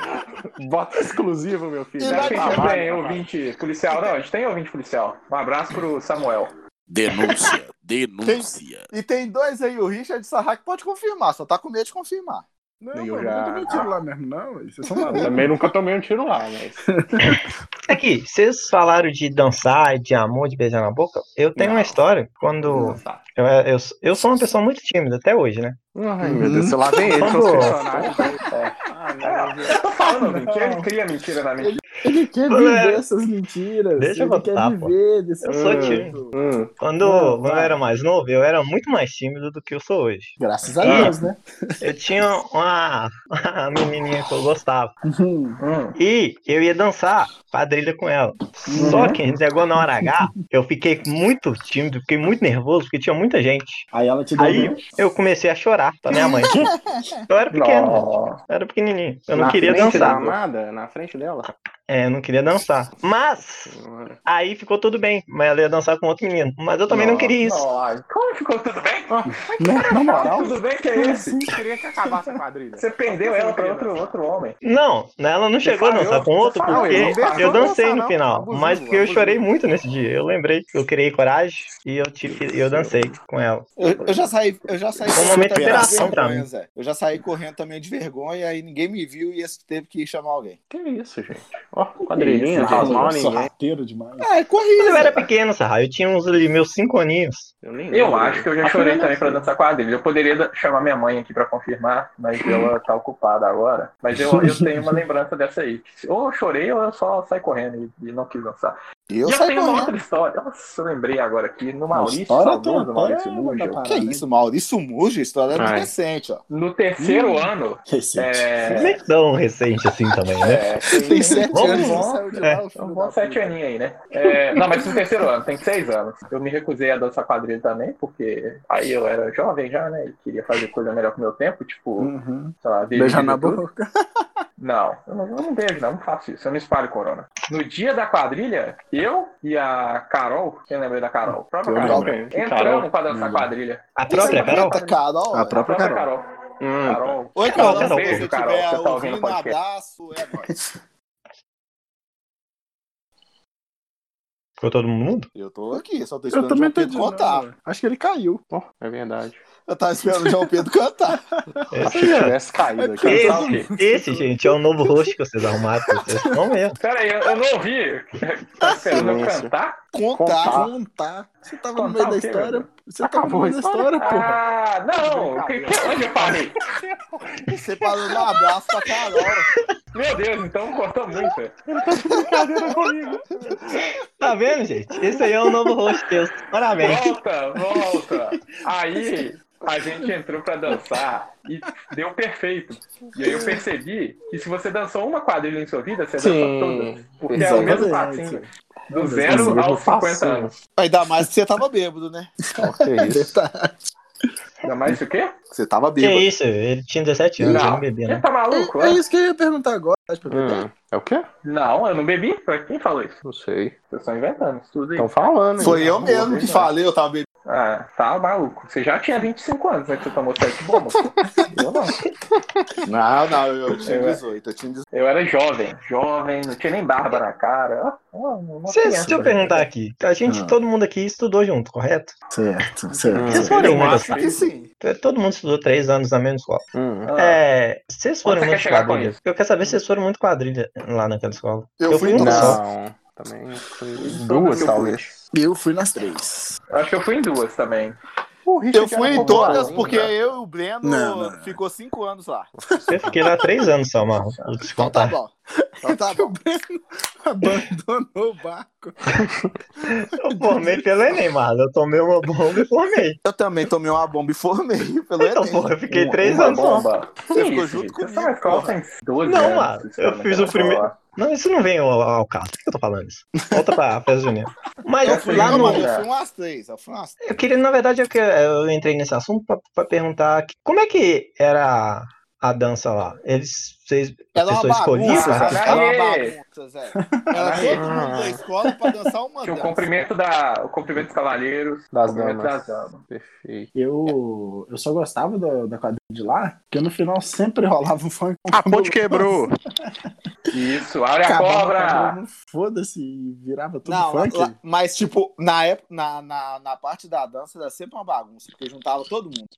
[SPEAKER 2] Bota exclusivo, meu filho.
[SPEAKER 3] E
[SPEAKER 1] Já
[SPEAKER 3] vai
[SPEAKER 1] que
[SPEAKER 3] pra
[SPEAKER 1] a gente tem
[SPEAKER 2] trabalho,
[SPEAKER 1] tá ouvinte policial, não, a gente tem ouvinte policial. Um abraço pro Samuel.
[SPEAKER 7] Denúncia, denúncia.
[SPEAKER 3] E tem dois aí, o Richard e o Sarra, que pode confirmar, só tá com medo de confirmar.
[SPEAKER 4] Não,
[SPEAKER 2] Eu
[SPEAKER 4] mano, eu
[SPEAKER 2] já-
[SPEAKER 4] não tomei tiro lá mesmo, não. ué. Vocês são
[SPEAKER 2] Eu
[SPEAKER 4] malucos.
[SPEAKER 2] também nunca tomei um tiro lá, mas.
[SPEAKER 6] Aqui, vocês falaram de dançar, de amor, de beijar na boca. Eu tenho uma história quando. Eu, eu, eu sou uma pessoa muito tímida até hoje, né?
[SPEAKER 2] Ai, meu Deus, eu lá vem ele com os
[SPEAKER 6] Pô.
[SPEAKER 2] personagens.
[SPEAKER 1] É, Eu tô falando, ouvinte, que ele cria mentira na mente.
[SPEAKER 4] Ele quer viver essas mentiras.
[SPEAKER 6] Deixa eu
[SPEAKER 4] ele quer
[SPEAKER 6] botar, pô.
[SPEAKER 4] viver desse
[SPEAKER 6] Eu sou
[SPEAKER 4] jeito.
[SPEAKER 6] tímido.
[SPEAKER 2] Hum,
[SPEAKER 6] Quando,
[SPEAKER 4] Não,
[SPEAKER 6] quando eu
[SPEAKER 4] vai.
[SPEAKER 6] era mais novo, eu era muito mais tímido do que eu sou hoje.
[SPEAKER 4] Graças a Deus, né?
[SPEAKER 6] Eu tinha uma, uma menininha que eu gostava.
[SPEAKER 4] Uhum.
[SPEAKER 1] Hum,
[SPEAKER 6] E eu ia dançar quadrilha com ela. Só que chegou na hora H, eu fiquei muito tímido, fiquei muito nervoso, porque tinha muita gente.
[SPEAKER 4] Aí ela te deu.
[SPEAKER 6] Aí eu comecei a chorar pra minha mãe. Eu era pequeno,
[SPEAKER 1] nó.
[SPEAKER 6] eu era pequenininho. Eu não
[SPEAKER 2] É, na
[SPEAKER 6] queria
[SPEAKER 2] frente da
[SPEAKER 6] dançar.
[SPEAKER 2] amada, na frente dela.
[SPEAKER 6] É, eu não queria dançar. Mas, aí ficou tudo bem. Mas ela ia dançar com outro menino. Mas eu também não queria isso.
[SPEAKER 1] Nossa, como ficou tudo bem?
[SPEAKER 4] um- Na, na moral,
[SPEAKER 1] Tudo bem que é isso?
[SPEAKER 5] Queria que acabasse a quadrilha.
[SPEAKER 1] Você perdeu ela pra outro, outro homem.
[SPEAKER 6] Não, ela não chegou a
[SPEAKER 1] falhou,
[SPEAKER 6] dançar com outro
[SPEAKER 1] falhou,
[SPEAKER 6] porque
[SPEAKER 1] ele não
[SPEAKER 6] eu
[SPEAKER 1] deixou
[SPEAKER 6] dancei
[SPEAKER 2] dançar,
[SPEAKER 6] no
[SPEAKER 2] não.
[SPEAKER 6] final.
[SPEAKER 2] Abusivo,
[SPEAKER 6] Mas porque eu
[SPEAKER 2] abusivo.
[SPEAKER 6] chorei muito nesse dia. Eu lembrei que eu criei coragem e eu, tive, que- eu dancei com ela.
[SPEAKER 3] Eu, eu já saí, eu já saí
[SPEAKER 6] Foi um momento de
[SPEAKER 3] também de
[SPEAKER 6] interação pra
[SPEAKER 3] vergonha,
[SPEAKER 6] mim.
[SPEAKER 3] Zé. Eu já saí correndo também de vergonha, aí ninguém me viu e esse teve que chamar alguém.
[SPEAKER 2] Que isso, gente. Ó, quadrilhinha,
[SPEAKER 4] cara,
[SPEAKER 2] gente. Mal
[SPEAKER 4] eu sou
[SPEAKER 2] ninguém.
[SPEAKER 4] rateiro demais.
[SPEAKER 3] Ah, eu corri,
[SPEAKER 6] Mas eu
[SPEAKER 3] Zé.
[SPEAKER 6] era pequeno, sabe? Eu tinha uns ali, meus cinco aninhos.
[SPEAKER 2] Eu, nem
[SPEAKER 1] Eu
[SPEAKER 2] lembro.
[SPEAKER 1] acho que eu já chorei também pra dançar quadrilha. Eu poderia da- chamar minha mãe aqui pra confirmar, mas ela tá ocupada agora. Mas eu, eu tenho uma lembrança dessa aí. Ou eu chorei ou eu só saí correndo e, e não quis dançar.
[SPEAKER 3] Eu
[SPEAKER 1] e eu
[SPEAKER 3] saí
[SPEAKER 1] tenho uma
[SPEAKER 3] correndo.
[SPEAKER 1] outra história. Nossa, eu lembrei agora aqui. No
[SPEAKER 4] Uma
[SPEAKER 1] Maurício,
[SPEAKER 4] história
[SPEAKER 1] saudoso
[SPEAKER 4] toda,
[SPEAKER 1] Maurício
[SPEAKER 4] é,
[SPEAKER 1] Mujo.
[SPEAKER 4] uma
[SPEAKER 3] Ah, Que isso,
[SPEAKER 1] né?
[SPEAKER 3] Maurício Muja, história muito
[SPEAKER 2] Ai.
[SPEAKER 3] recente, ó.
[SPEAKER 1] No terceiro ano,
[SPEAKER 4] Recente.
[SPEAKER 1] é,
[SPEAKER 6] Nem tão recente assim também, né?
[SPEAKER 1] é,
[SPEAKER 3] Tem sete
[SPEAKER 6] Vamos
[SPEAKER 3] anos,
[SPEAKER 6] lá.
[SPEAKER 3] você saiu de
[SPEAKER 6] É.
[SPEAKER 3] lá, o
[SPEAKER 1] Um
[SPEAKER 3] filho
[SPEAKER 1] bom
[SPEAKER 3] da
[SPEAKER 1] sete
[SPEAKER 3] puta.
[SPEAKER 1] aninhos aí, né? É, não, mas no terceiro ano, tem seis anos. Eu me recusei a dançar quadrilha também, porque aí eu era jovem já, né? E queria fazer coisa melhor com o meu tempo, tipo,
[SPEAKER 4] Uhum.
[SPEAKER 1] sei lá,
[SPEAKER 4] Beijar na
[SPEAKER 1] e tudo.
[SPEAKER 4] boca.
[SPEAKER 1] Não, eu não, eu não beijo, não, não faço isso, eu não espalho corona. No dia da quadrilha, eu e a Carol, quem lembra da Carol? A própria
[SPEAKER 4] Eu
[SPEAKER 1] Carol.
[SPEAKER 2] lembro.
[SPEAKER 1] Entramos pra dançar quadrilha.
[SPEAKER 6] A
[SPEAKER 3] é
[SPEAKER 6] própria, Carol.
[SPEAKER 3] Eita, Carol.
[SPEAKER 4] A
[SPEAKER 3] ó.
[SPEAKER 1] A
[SPEAKER 4] própria
[SPEAKER 1] própria
[SPEAKER 4] Carol.
[SPEAKER 1] Carol.
[SPEAKER 2] Hum,
[SPEAKER 1] Carol.
[SPEAKER 3] Oi,
[SPEAKER 6] Carol,
[SPEAKER 3] Carol,
[SPEAKER 6] Carol,
[SPEAKER 3] se
[SPEAKER 1] beijo,
[SPEAKER 3] você
[SPEAKER 1] Carol,
[SPEAKER 3] tiver
[SPEAKER 1] você tá ouvindo o
[SPEAKER 3] ouvindo,
[SPEAKER 1] podcast.
[SPEAKER 3] abraço, é nóis.
[SPEAKER 6] Ficou todo mundo?
[SPEAKER 3] Eu tô aqui, só tô
[SPEAKER 4] Eu
[SPEAKER 3] esperando o
[SPEAKER 4] também
[SPEAKER 3] João
[SPEAKER 4] tô
[SPEAKER 3] Pedro
[SPEAKER 4] de
[SPEAKER 3] contar.
[SPEAKER 4] novo. né? Acho que ele caiu.
[SPEAKER 2] ó, é verdade.
[SPEAKER 3] Eu tava esperando o João Pedro cantar.
[SPEAKER 2] Se tivesse
[SPEAKER 4] É
[SPEAKER 2] caído aqui.
[SPEAKER 6] Esse,
[SPEAKER 1] Tá, ok.
[SPEAKER 6] esse, gente, é o novo host que vocês arrumaram. Vocês é. vão mesmo.
[SPEAKER 1] Pera aí, eu, eu não ouvi. Tá esperando eu
[SPEAKER 2] Silêncio.
[SPEAKER 1] cantar?
[SPEAKER 3] Contar.
[SPEAKER 4] Contar. Você tava
[SPEAKER 1] Contar
[SPEAKER 4] no meio
[SPEAKER 1] o
[SPEAKER 4] da
[SPEAKER 1] quê,
[SPEAKER 4] história. Você tava no
[SPEAKER 2] Acabou
[SPEAKER 4] meio
[SPEAKER 2] a
[SPEAKER 4] da história, porra.
[SPEAKER 1] Ah, não! Que, que, onde tá? eu parei?
[SPEAKER 3] Você parou no abraço pra Carol.
[SPEAKER 1] Meu Deus, então cortou muito.
[SPEAKER 6] Tá vendo, gente? Esse aí é o novo host Deus. Parabéns.
[SPEAKER 1] Volta, volta. Aí a gente entrou pra dançar e deu perfeito. E aí eu percebi que se você dançou uma quadrilha em sua vida, você dança todas.
[SPEAKER 2] Sim.
[SPEAKER 1] Porque é o mesmo
[SPEAKER 4] Exatamente.
[SPEAKER 1] passinho. Do zero
[SPEAKER 2] Mesmo
[SPEAKER 1] aos 50
[SPEAKER 2] passinho.
[SPEAKER 1] anos.
[SPEAKER 3] Ainda mais que você tava bêbado, né?
[SPEAKER 2] Ó,
[SPEAKER 8] é
[SPEAKER 2] que isso.
[SPEAKER 1] Ainda mais o quê?
[SPEAKER 3] Você tava
[SPEAKER 6] Que
[SPEAKER 3] bêbado.
[SPEAKER 6] isso? Ele tinha 17 anos, ele não
[SPEAKER 1] Não.
[SPEAKER 6] bebia,
[SPEAKER 1] Você
[SPEAKER 6] né?
[SPEAKER 1] tá maluco?
[SPEAKER 4] É, é isso que eu ia perguntar agora. tipo, acho pra beber.
[SPEAKER 2] Hum, é o quê?
[SPEAKER 1] Não, eu não bebi. Pra Quem falou isso?
[SPEAKER 2] Não sei.
[SPEAKER 1] Vocês estão inventando isso tudo aí.
[SPEAKER 2] Estão falando. hein?
[SPEAKER 3] Foi eu mesmo que falei, eu tava bêbado.
[SPEAKER 1] Ah, tá maluco. Você já tinha 25 anos, né? Que você tomou 7 bombas. eu não.
[SPEAKER 3] Não, não, eu tinha
[SPEAKER 1] Eu-
[SPEAKER 3] 18, eu tinha 18.
[SPEAKER 1] Eu era jovem, jovem, não tinha nem barba na cara. Ó, ó, uma
[SPEAKER 6] Cê,
[SPEAKER 1] criança.
[SPEAKER 6] deixa eu perguntar aqui. A gente,
[SPEAKER 4] Ah.
[SPEAKER 6] todo mundo aqui estudou junto, correto?
[SPEAKER 4] Certo, certo.
[SPEAKER 6] Vocês
[SPEAKER 2] Hum,
[SPEAKER 6] foram
[SPEAKER 1] Eu
[SPEAKER 6] muito
[SPEAKER 1] acho
[SPEAKER 6] assim.
[SPEAKER 1] que
[SPEAKER 3] sim.
[SPEAKER 6] Todo mundo estudou três anos na mesma escola.
[SPEAKER 2] hum.
[SPEAKER 1] Ah.
[SPEAKER 6] É, vocês foram
[SPEAKER 1] Onde você
[SPEAKER 6] muito
[SPEAKER 1] quer chegar com
[SPEAKER 6] quadrilha.
[SPEAKER 1] isso?
[SPEAKER 6] Eu quero saber se vocês foram muito quadrilha lá naquela escola.
[SPEAKER 3] Eu fui em
[SPEAKER 8] hum.
[SPEAKER 6] uma
[SPEAKER 3] todas.
[SPEAKER 6] só.
[SPEAKER 2] Não. Também foi duas,
[SPEAKER 8] né,
[SPEAKER 2] talvez.
[SPEAKER 4] Eu fui nas três.
[SPEAKER 1] Eu Acho que eu fui em duas também.
[SPEAKER 3] Eu fui em todas porque
[SPEAKER 1] ainda.
[SPEAKER 3] eu e o Breno
[SPEAKER 4] Não, não, não.
[SPEAKER 3] ficou 5 anos lá.
[SPEAKER 6] Eu fiquei lá três anos só, Marro. Vou te
[SPEAKER 3] Então tá
[SPEAKER 6] contar.
[SPEAKER 3] bom. Então tá bom.
[SPEAKER 4] Abandonou o barco.
[SPEAKER 6] Eu formei pelo Enem, Marro. Eu tomei uma bomba e formei.
[SPEAKER 3] Eu também tomei uma bomba e formei pelo
[SPEAKER 6] Então,
[SPEAKER 3] Enem.
[SPEAKER 6] porra, eu fiquei três
[SPEAKER 1] uma
[SPEAKER 6] anos só.
[SPEAKER 1] bomba.
[SPEAKER 3] Você
[SPEAKER 1] Que
[SPEAKER 3] ficou
[SPEAKER 1] isso,
[SPEAKER 3] junto
[SPEAKER 1] gente? Você tá
[SPEAKER 3] comigo,
[SPEAKER 1] na escola
[SPEAKER 3] porra.
[SPEAKER 1] tem 12
[SPEAKER 6] Não,
[SPEAKER 1] anos, é
[SPEAKER 6] mano,
[SPEAKER 1] vocês estão
[SPEAKER 6] eu fiz o
[SPEAKER 1] naquela
[SPEAKER 6] primeiro-
[SPEAKER 1] escola.
[SPEAKER 6] Não, isso não vem ao, ao caso. Por que eu tô falando isso? Volta pra festa junina. Mas eu
[SPEAKER 3] Eu
[SPEAKER 6] fui
[SPEAKER 3] fui
[SPEAKER 6] lá
[SPEAKER 3] não,
[SPEAKER 6] no.
[SPEAKER 3] mano, eu fui umas três. Eu fui umas três.
[SPEAKER 6] Eu queria, na verdade, eu, que- eu entrei nesse assunto pra, pra perguntar que- como é que era a dança lá? Eles, vocês, a
[SPEAKER 3] Era uma
[SPEAKER 6] pessoa escolhia
[SPEAKER 3] bagunça, né?
[SPEAKER 6] pra
[SPEAKER 1] cara.
[SPEAKER 3] Zé.
[SPEAKER 6] dançar?
[SPEAKER 3] Era uma
[SPEAKER 1] Aê!
[SPEAKER 3] bagunça, Zé. Era todo mundo da escola pra dançar uma
[SPEAKER 1] Tinha o
[SPEAKER 3] dança.
[SPEAKER 1] cumprimento, da, o cumprimento dos cavalheiros,
[SPEAKER 2] Das
[SPEAKER 1] o cumprimento
[SPEAKER 2] damas.
[SPEAKER 1] das damas.
[SPEAKER 2] Perfeito.
[SPEAKER 4] Eu, eu só gostava da, da quadrilha de lá, que no final sempre rolava um funk.
[SPEAKER 2] A ponte quebrou.
[SPEAKER 1] Isso, abre a
[SPEAKER 4] Acabava com a
[SPEAKER 1] cobra!
[SPEAKER 4] quadrilha, Foda-se, e virava tudo
[SPEAKER 3] Não,
[SPEAKER 4] funk.
[SPEAKER 3] lá- lá- mas tipo, na, época, na, na, na parte da dança era sempre uma bagunça, porque juntava todo mundo.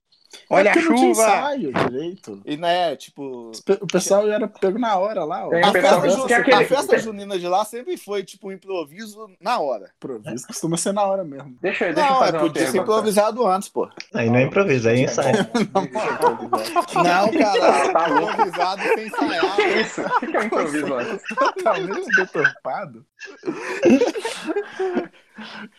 [SPEAKER 2] Olha
[SPEAKER 4] É
[SPEAKER 2] a
[SPEAKER 4] porque não tinha
[SPEAKER 2] chuva.
[SPEAKER 4] ensaio direito.
[SPEAKER 3] E né, tipo.
[SPEAKER 4] Os pe- O pessoal era pego na hora lá, ó.
[SPEAKER 1] Tem
[SPEAKER 3] A
[SPEAKER 1] o pessoal
[SPEAKER 3] festa,
[SPEAKER 1] que
[SPEAKER 3] ju-
[SPEAKER 1] tinha
[SPEAKER 3] a
[SPEAKER 1] aquele.
[SPEAKER 3] festa junina de lá sempre foi tipo um improviso na hora.
[SPEAKER 4] Improviso costuma ser na hora mesmo.
[SPEAKER 1] Deixa, eu- deixa eu
[SPEAKER 3] Não,
[SPEAKER 1] fazer
[SPEAKER 3] é,
[SPEAKER 1] uma
[SPEAKER 3] podia ser
[SPEAKER 1] pergunta.
[SPEAKER 3] improvisado antes, pô.
[SPEAKER 6] Aí não é improviso, aí é ensaio.
[SPEAKER 3] Não, cara,
[SPEAKER 1] Tá louco.
[SPEAKER 3] improvisado sem ensaiar.
[SPEAKER 1] Que isso? O que que é um improviso antes?
[SPEAKER 4] Talvez Tá deturpado.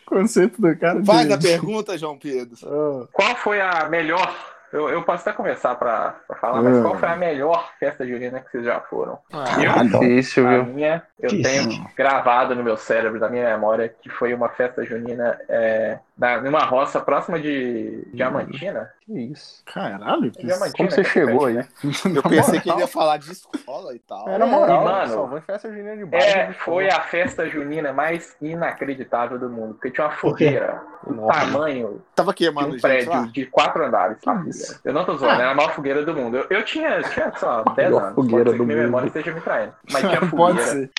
[SPEAKER 4] Conceito do cara de-
[SPEAKER 3] Faz a
[SPEAKER 4] de-
[SPEAKER 3] pergunta, João Pedro.
[SPEAKER 4] Ah,
[SPEAKER 1] Qual foi a melhor? Eu, eu posso até começar pra, pra falar, mas
[SPEAKER 4] Hum.
[SPEAKER 1] qual foi a melhor festa junina que vocês já foram?
[SPEAKER 2] Ah,
[SPEAKER 4] Caralho.
[SPEAKER 2] Difícil,
[SPEAKER 1] A
[SPEAKER 2] viu?
[SPEAKER 1] minha, eu
[SPEAKER 6] Que
[SPEAKER 1] tenho gravado no meu cérebro, na minha memória, que foi uma festa junina é, na, numa roça próxima de Diamantina.
[SPEAKER 8] Que isso?
[SPEAKER 4] Caralho, que isso.
[SPEAKER 1] Diamantina
[SPEAKER 8] Como você
[SPEAKER 1] que
[SPEAKER 8] chegou
[SPEAKER 1] é
[SPEAKER 8] aí?
[SPEAKER 3] Eu pensei que ele ia falar de escola e tal.
[SPEAKER 8] Era moral,
[SPEAKER 1] E, mano,
[SPEAKER 8] só vou em festa junina
[SPEAKER 2] Uhum.
[SPEAKER 8] de né? bairro.
[SPEAKER 1] É, foi a festa junina mais inacreditável do mundo, porque tinha uma fogueira, um
[SPEAKER 8] Nossa.
[SPEAKER 1] tamanho
[SPEAKER 3] Tava
[SPEAKER 1] de um
[SPEAKER 3] queimando gente
[SPEAKER 1] prédio
[SPEAKER 3] lá.
[SPEAKER 1] de quatro andares. tá?
[SPEAKER 4] isso?
[SPEAKER 1] Eu não tô zoando, era a maior fogueira do mundo. Eu, eu tinha, tinha só 10
[SPEAKER 8] Ah. Maior
[SPEAKER 1] anos,
[SPEAKER 8] fogueira
[SPEAKER 1] pode ser que
[SPEAKER 8] do
[SPEAKER 1] minha
[SPEAKER 8] mundo.
[SPEAKER 1] memória esteja me traindo. Mas tinha
[SPEAKER 4] Pode
[SPEAKER 1] fogueira,
[SPEAKER 4] ser.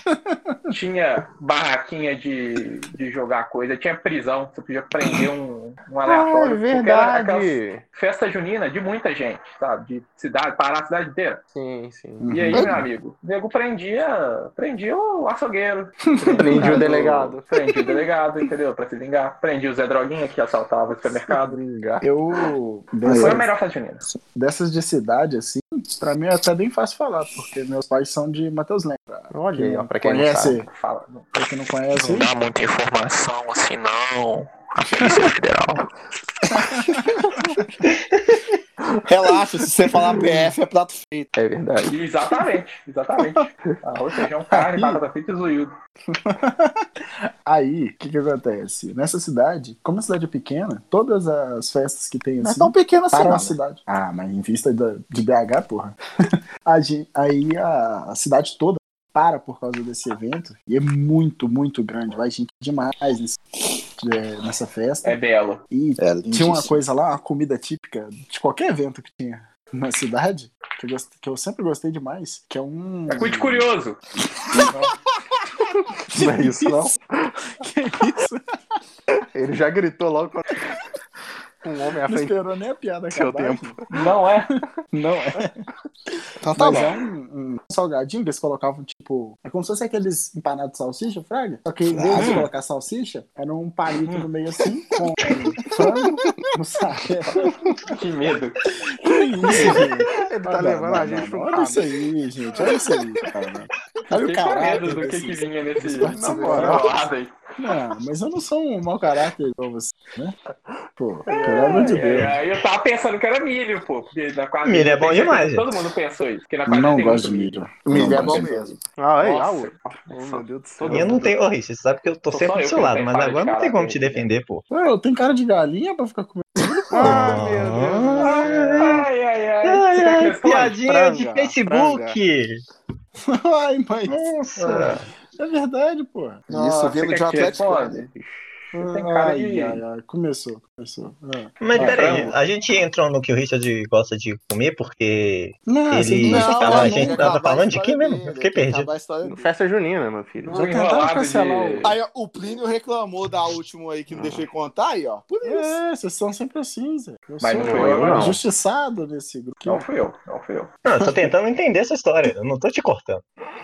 [SPEAKER 1] tinha barraquinha de, de jogar coisa, tinha prisão, você podia prender um, um aleatório.
[SPEAKER 8] Ah, é
[SPEAKER 1] porque era aquelas
[SPEAKER 8] verdade.
[SPEAKER 1] Festa junina de muita gente, sabe? De cidade, parar a cidade inteira.
[SPEAKER 8] Sim, sim.
[SPEAKER 1] E aí,
[SPEAKER 3] Uhum.
[SPEAKER 1] meu amigo, o nego prendia, prendia o açougueiro.
[SPEAKER 8] Prendia o delegado.
[SPEAKER 1] Prendia o delegado, entendeu? Pra se vingar. Prendia o Zé Droguinha, que assaltava o supermercado.
[SPEAKER 8] Brincar.
[SPEAKER 4] Eu.
[SPEAKER 1] Foi a
[SPEAKER 4] Dessas,
[SPEAKER 1] melhor festa junina.
[SPEAKER 4] dessas de cidade, assim, pra mim é até bem fácil falar, porque meus pais são de Matheus Lembra.
[SPEAKER 8] Olha aí, ó, pra quem não sabe.
[SPEAKER 4] conhece, assim?
[SPEAKER 1] Fala.
[SPEAKER 4] pra quem não conhece,
[SPEAKER 5] Não dá muita informação assim, não. A Polícia é Federal.
[SPEAKER 3] Relaxa, se você falar PF é prato feito.
[SPEAKER 8] É verdade.
[SPEAKER 1] Exatamente, exatamente. Ah, Arroz, feijão, carne, um batata frita e zoiudo.
[SPEAKER 4] aí, o que que acontece? Nessa cidade, como a cidade é pequena, todas as festas que tem
[SPEAKER 3] Não é
[SPEAKER 4] assim,
[SPEAKER 3] tão pequeno assim,
[SPEAKER 4] para
[SPEAKER 3] não.
[SPEAKER 4] a cidade. Ah, mas em vista da- de BH, porra. A gen- aí a, a cidade toda para por causa desse evento e é muito, muito grande. Vai gente demais nesse- é, nessa festa.
[SPEAKER 1] É belo.
[SPEAKER 4] E
[SPEAKER 3] É,
[SPEAKER 4] tinha uma
[SPEAKER 3] lindíssimo.
[SPEAKER 4] coisa lá, uma comida típica de qualquer evento que tinha na cidade, que eu, gost- que eu sempre gostei demais, que é um.
[SPEAKER 1] É muito curioso.
[SPEAKER 8] Não é isso, não.
[SPEAKER 4] Que isso?
[SPEAKER 8] Ele já gritou logo quando... um homem à
[SPEAKER 4] Não
[SPEAKER 8] frente
[SPEAKER 4] esperou nem a piada
[SPEAKER 8] do seu
[SPEAKER 4] acabar.
[SPEAKER 8] tempo.
[SPEAKER 1] Não é?
[SPEAKER 4] Não, é.
[SPEAKER 3] Então tá
[SPEAKER 4] Mas
[SPEAKER 3] bom.
[SPEAKER 4] é um, um salgadinho que eles colocavam, tipo. É como se fosse aqueles empanados de salsicha, Fraga. Só que em vez de colocar salsicha, era um palito no meio assim, com frango, mussarela.
[SPEAKER 1] Que medo.
[SPEAKER 8] Ele
[SPEAKER 4] Ah,
[SPEAKER 8] tá
[SPEAKER 4] não,
[SPEAKER 8] levando
[SPEAKER 4] não,
[SPEAKER 8] a gente
[SPEAKER 4] não,
[SPEAKER 8] pro
[SPEAKER 4] Olha isso aí, gente. Olha isso aí, cara. Olha o
[SPEAKER 1] Fiquei com medo
[SPEAKER 6] né?
[SPEAKER 4] caralho.
[SPEAKER 1] do que, que
[SPEAKER 4] desses-
[SPEAKER 1] vinha nesse
[SPEAKER 4] desses
[SPEAKER 1] na
[SPEAKER 4] moral.
[SPEAKER 1] bolada aí.
[SPEAKER 4] Não, mas eu não sou um mau caráter igual você, né? Pô, pelo amor de Deus.
[SPEAKER 1] É, eu tava pensando que era milho, pô. porque na quadrilha
[SPEAKER 6] Milho é bom
[SPEAKER 1] tem-
[SPEAKER 6] demais,
[SPEAKER 1] Todo mundo pensou isso. Porque na quadrilha
[SPEAKER 4] Não
[SPEAKER 1] tem
[SPEAKER 4] gosto de
[SPEAKER 1] muito
[SPEAKER 4] milho.
[SPEAKER 3] Milho
[SPEAKER 4] Não
[SPEAKER 3] é
[SPEAKER 4] gosto
[SPEAKER 3] bom
[SPEAKER 4] de
[SPEAKER 3] mesmo.
[SPEAKER 8] Ah, aí, ah,
[SPEAKER 1] Nossa.
[SPEAKER 8] o- Meu Deus do céu.
[SPEAKER 1] Todo
[SPEAKER 6] E eu não tenho. Ô, Richard, você sabe que eu tô
[SPEAKER 1] Só
[SPEAKER 6] sempre
[SPEAKER 1] eu
[SPEAKER 6] do seu
[SPEAKER 1] que
[SPEAKER 6] lado,
[SPEAKER 1] tenho
[SPEAKER 6] mas
[SPEAKER 1] cara de
[SPEAKER 6] agora não tem
[SPEAKER 1] caráter.
[SPEAKER 6] como te defender, pô.
[SPEAKER 4] Ué, eu tenho cara de galinha pra ficar comendo.
[SPEAKER 8] Ah, meu Deus do céu.
[SPEAKER 1] Ai, ai, ai.
[SPEAKER 6] Ai,
[SPEAKER 1] Será que
[SPEAKER 6] ai,
[SPEAKER 1] responde?
[SPEAKER 6] piadinha de
[SPEAKER 8] Franga,
[SPEAKER 6] Facebook!
[SPEAKER 4] Ai, mãe.
[SPEAKER 6] Nossa!
[SPEAKER 4] É verdade, pô.
[SPEAKER 1] Nossa,
[SPEAKER 3] Isso
[SPEAKER 1] você
[SPEAKER 3] vindo de
[SPEAKER 1] quer
[SPEAKER 3] um
[SPEAKER 1] que
[SPEAKER 3] Atlético.
[SPEAKER 1] responde?
[SPEAKER 3] né?
[SPEAKER 1] tem cara
[SPEAKER 4] Ai,
[SPEAKER 1] de-
[SPEAKER 4] ai, ai. Começou, começou. Ah.
[SPEAKER 6] Mas
[SPEAKER 1] Ah,
[SPEAKER 6] peraí,
[SPEAKER 1] frango.
[SPEAKER 6] a gente entrou no que o Richard gosta de comer porque
[SPEAKER 4] Não,
[SPEAKER 6] ele
[SPEAKER 4] não,
[SPEAKER 3] não,
[SPEAKER 6] tava, a
[SPEAKER 3] não,
[SPEAKER 6] gente
[SPEAKER 3] não,
[SPEAKER 6] tava
[SPEAKER 3] não,
[SPEAKER 6] falando
[SPEAKER 3] não,
[SPEAKER 6] de quem
[SPEAKER 3] não,
[SPEAKER 6] mesmo?
[SPEAKER 3] não,
[SPEAKER 6] Eu
[SPEAKER 3] tem
[SPEAKER 6] fiquei
[SPEAKER 3] que
[SPEAKER 6] perdido.
[SPEAKER 3] acabar a história dele.
[SPEAKER 8] Ah, Festa junina, meu filho.
[SPEAKER 1] Um
[SPEAKER 4] tentaram
[SPEAKER 1] enrolado
[SPEAKER 4] cancelar
[SPEAKER 1] de-
[SPEAKER 3] Aí, ó, o Plínio reclamou da última aí que
[SPEAKER 6] Ah.
[SPEAKER 3] não deixei contar aí, ó. Por isso.
[SPEAKER 4] É, vocês são sempre assim, Zé. Eu
[SPEAKER 1] Mas
[SPEAKER 4] sou
[SPEAKER 1] não foi eu,
[SPEAKER 8] não.
[SPEAKER 4] injustiçado nesse grupo.
[SPEAKER 1] Não fui eu, não fui eu.
[SPEAKER 6] Não, eu tô tentando entender essa história, eu não tô te cortando.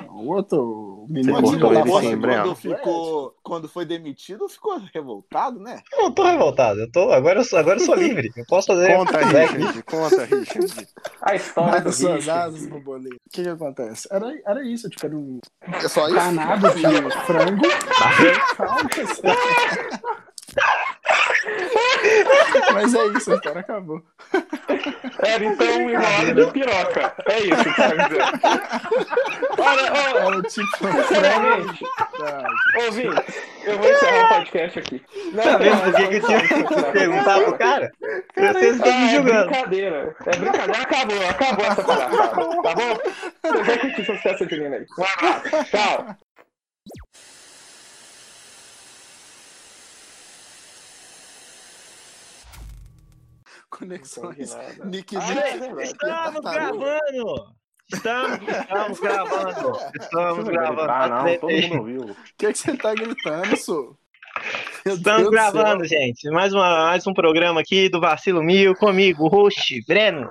[SPEAKER 4] O outro o menino
[SPEAKER 8] Você cortou
[SPEAKER 4] lá
[SPEAKER 8] ele
[SPEAKER 4] fora,
[SPEAKER 8] sim,
[SPEAKER 4] igual
[SPEAKER 8] Breno.
[SPEAKER 4] do
[SPEAKER 3] quando,
[SPEAKER 4] Fred.
[SPEAKER 3] ficou, quando foi demitido, ficou revoltado, né?
[SPEAKER 6] Eu não tô revoltado, eu tô, agora, eu sou, agora eu sou livre, eu posso fazer.
[SPEAKER 8] Conta, Richard. Conta, Richard.
[SPEAKER 1] A história
[SPEAKER 4] Bata
[SPEAKER 1] do
[SPEAKER 4] suas
[SPEAKER 1] Richard.
[SPEAKER 4] asas no boleto. O que que acontece? Era, era isso, tipo, era um
[SPEAKER 3] É só isso.
[SPEAKER 4] panado de frango. Calma, Zé. Mas é isso, a história acabou.
[SPEAKER 1] Era então um enrolado de piroca. É isso que você tá me dizendo. Olha,
[SPEAKER 4] Era tipo
[SPEAKER 1] sinceramente,
[SPEAKER 4] frango.
[SPEAKER 1] ouvinte, eu vou encerrar o podcast aqui. Não,
[SPEAKER 6] Tá vendo por que que eu tinha que perguntar pro cara? Vocês
[SPEAKER 1] Ah,
[SPEAKER 6] ficam me
[SPEAKER 1] é
[SPEAKER 6] julgando.
[SPEAKER 1] brincadeira. É brincadeira. Acabou, acabou essa parada. Tá bom? Você vai curtir suas festas de menina aí. Um abraço. Tchau.
[SPEAKER 4] Conexões.
[SPEAKER 3] Nick
[SPEAKER 1] Ah,
[SPEAKER 3] Nick.
[SPEAKER 1] é verdade.
[SPEAKER 6] Estamos
[SPEAKER 3] Tartaruga.
[SPEAKER 6] gravando! Estamos, estamos gravando! Estamos
[SPEAKER 8] Não vai
[SPEAKER 6] gravando!
[SPEAKER 8] gritar, não. Todo mundo ouviu.
[SPEAKER 4] O que, que você tá gritando, Su? Meu Deus
[SPEAKER 6] Estamos
[SPEAKER 4] do céu.
[SPEAKER 6] gravando, gente. Mais, uma, mais um programa aqui do Vacilo Mil comigo, Roxy, Breno.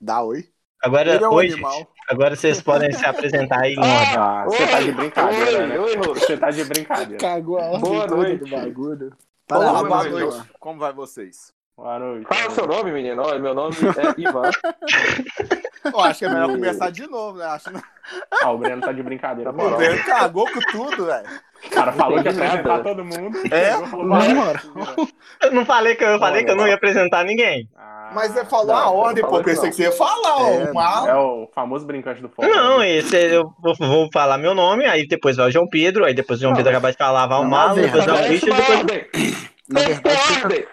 [SPEAKER 3] Dá oi.
[SPEAKER 6] Agora,
[SPEAKER 4] Ele é um
[SPEAKER 6] hoje,
[SPEAKER 4] animal. É.
[SPEAKER 6] agora vocês podem se apresentar aí em ordem.
[SPEAKER 8] Ah, você tá de brincadeira,
[SPEAKER 1] oi,
[SPEAKER 8] né?
[SPEAKER 1] oi, Rô.
[SPEAKER 8] Você tá de brincadeira.
[SPEAKER 4] Cagou a ordem
[SPEAKER 1] Boa
[SPEAKER 4] toda
[SPEAKER 1] noite.
[SPEAKER 4] do bagulho.
[SPEAKER 3] Olá,
[SPEAKER 1] oi,
[SPEAKER 3] boa
[SPEAKER 1] oi,
[SPEAKER 3] noite. Como vai vocês?
[SPEAKER 8] Boa noite.
[SPEAKER 1] Qual é o seu nome, menino? Olha, meu nome é Ivan.
[SPEAKER 3] Eu acho que é melhor começar de novo, né? Acho que
[SPEAKER 8] Ah, o Breno tá de brincadeira.
[SPEAKER 3] é o
[SPEAKER 8] moral.
[SPEAKER 3] Breno cagou com tudo, velho.
[SPEAKER 8] O cara falou que ia apresentar todo mundo.
[SPEAKER 3] É?
[SPEAKER 8] chegou e falou,
[SPEAKER 4] Na
[SPEAKER 8] "Vai".
[SPEAKER 4] moral.
[SPEAKER 6] Eu não falei que eu, eu falei que eu não ia apresentar ninguém.
[SPEAKER 8] Ah,
[SPEAKER 3] Mas é você falou
[SPEAKER 1] não,
[SPEAKER 3] a ordem,
[SPEAKER 1] falou
[SPEAKER 3] pô.
[SPEAKER 1] isso
[SPEAKER 3] Pensei
[SPEAKER 1] não.
[SPEAKER 3] que você ia falar, ó.
[SPEAKER 4] É,
[SPEAKER 3] uma-
[SPEAKER 8] É o famoso brincante do fogo.
[SPEAKER 6] Não,
[SPEAKER 8] é.
[SPEAKER 6] esse, eu vou, vou falar meu nome, aí depois vai o João Pedro, aí depois o João Pedro acabar de falar, vai o
[SPEAKER 4] Não,
[SPEAKER 6] Malo,
[SPEAKER 4] mas-
[SPEAKER 6] depois vai o
[SPEAKER 1] Parece
[SPEAKER 6] Richard,
[SPEAKER 1] uma
[SPEAKER 6] depois
[SPEAKER 1] ordem.
[SPEAKER 4] Na verdade, o que-
[SPEAKER 1] Respondem!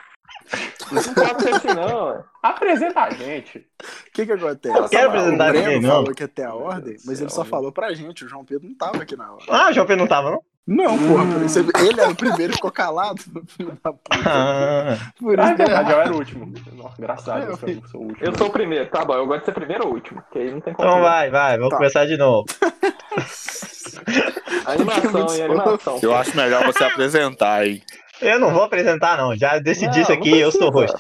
[SPEAKER 1] Não pode ser assim, não. ué. Apresenta a gente.
[SPEAKER 4] o que, que acontece? Ah,
[SPEAKER 1] quero
[SPEAKER 6] apresentar
[SPEAKER 4] o Breno
[SPEAKER 6] ninguém, não.
[SPEAKER 4] falou que ia ter a ordem, mas ele só falou pra gente. O João Pedro não tava aqui na hora.
[SPEAKER 6] Ah, o João Pedro não tava, não?
[SPEAKER 4] Não, porra. por isso ele- Ele era o primeiro e ficou calado. filho da puta.
[SPEAKER 6] Ah,
[SPEAKER 4] Por
[SPEAKER 1] Ah, é
[SPEAKER 4] isso deu
[SPEAKER 1] verdade,
[SPEAKER 4] errado.
[SPEAKER 1] eu era o último. Nossa, graças a Deus, eu sou o último. Eu sou o primeiro, tá bom. Eu gosto de ser primeiro ou último, que aí não tem como.
[SPEAKER 6] então vai, vai, vou
[SPEAKER 4] Tá.
[SPEAKER 6] começar de novo.
[SPEAKER 1] Animação e animação.
[SPEAKER 7] Eu acho melhor você apresentar, hein?
[SPEAKER 6] Eu não vou apresentar, não. Já decidi
[SPEAKER 1] Não,
[SPEAKER 6] isso
[SPEAKER 1] não
[SPEAKER 6] aqui, eu sou o
[SPEAKER 1] precisa.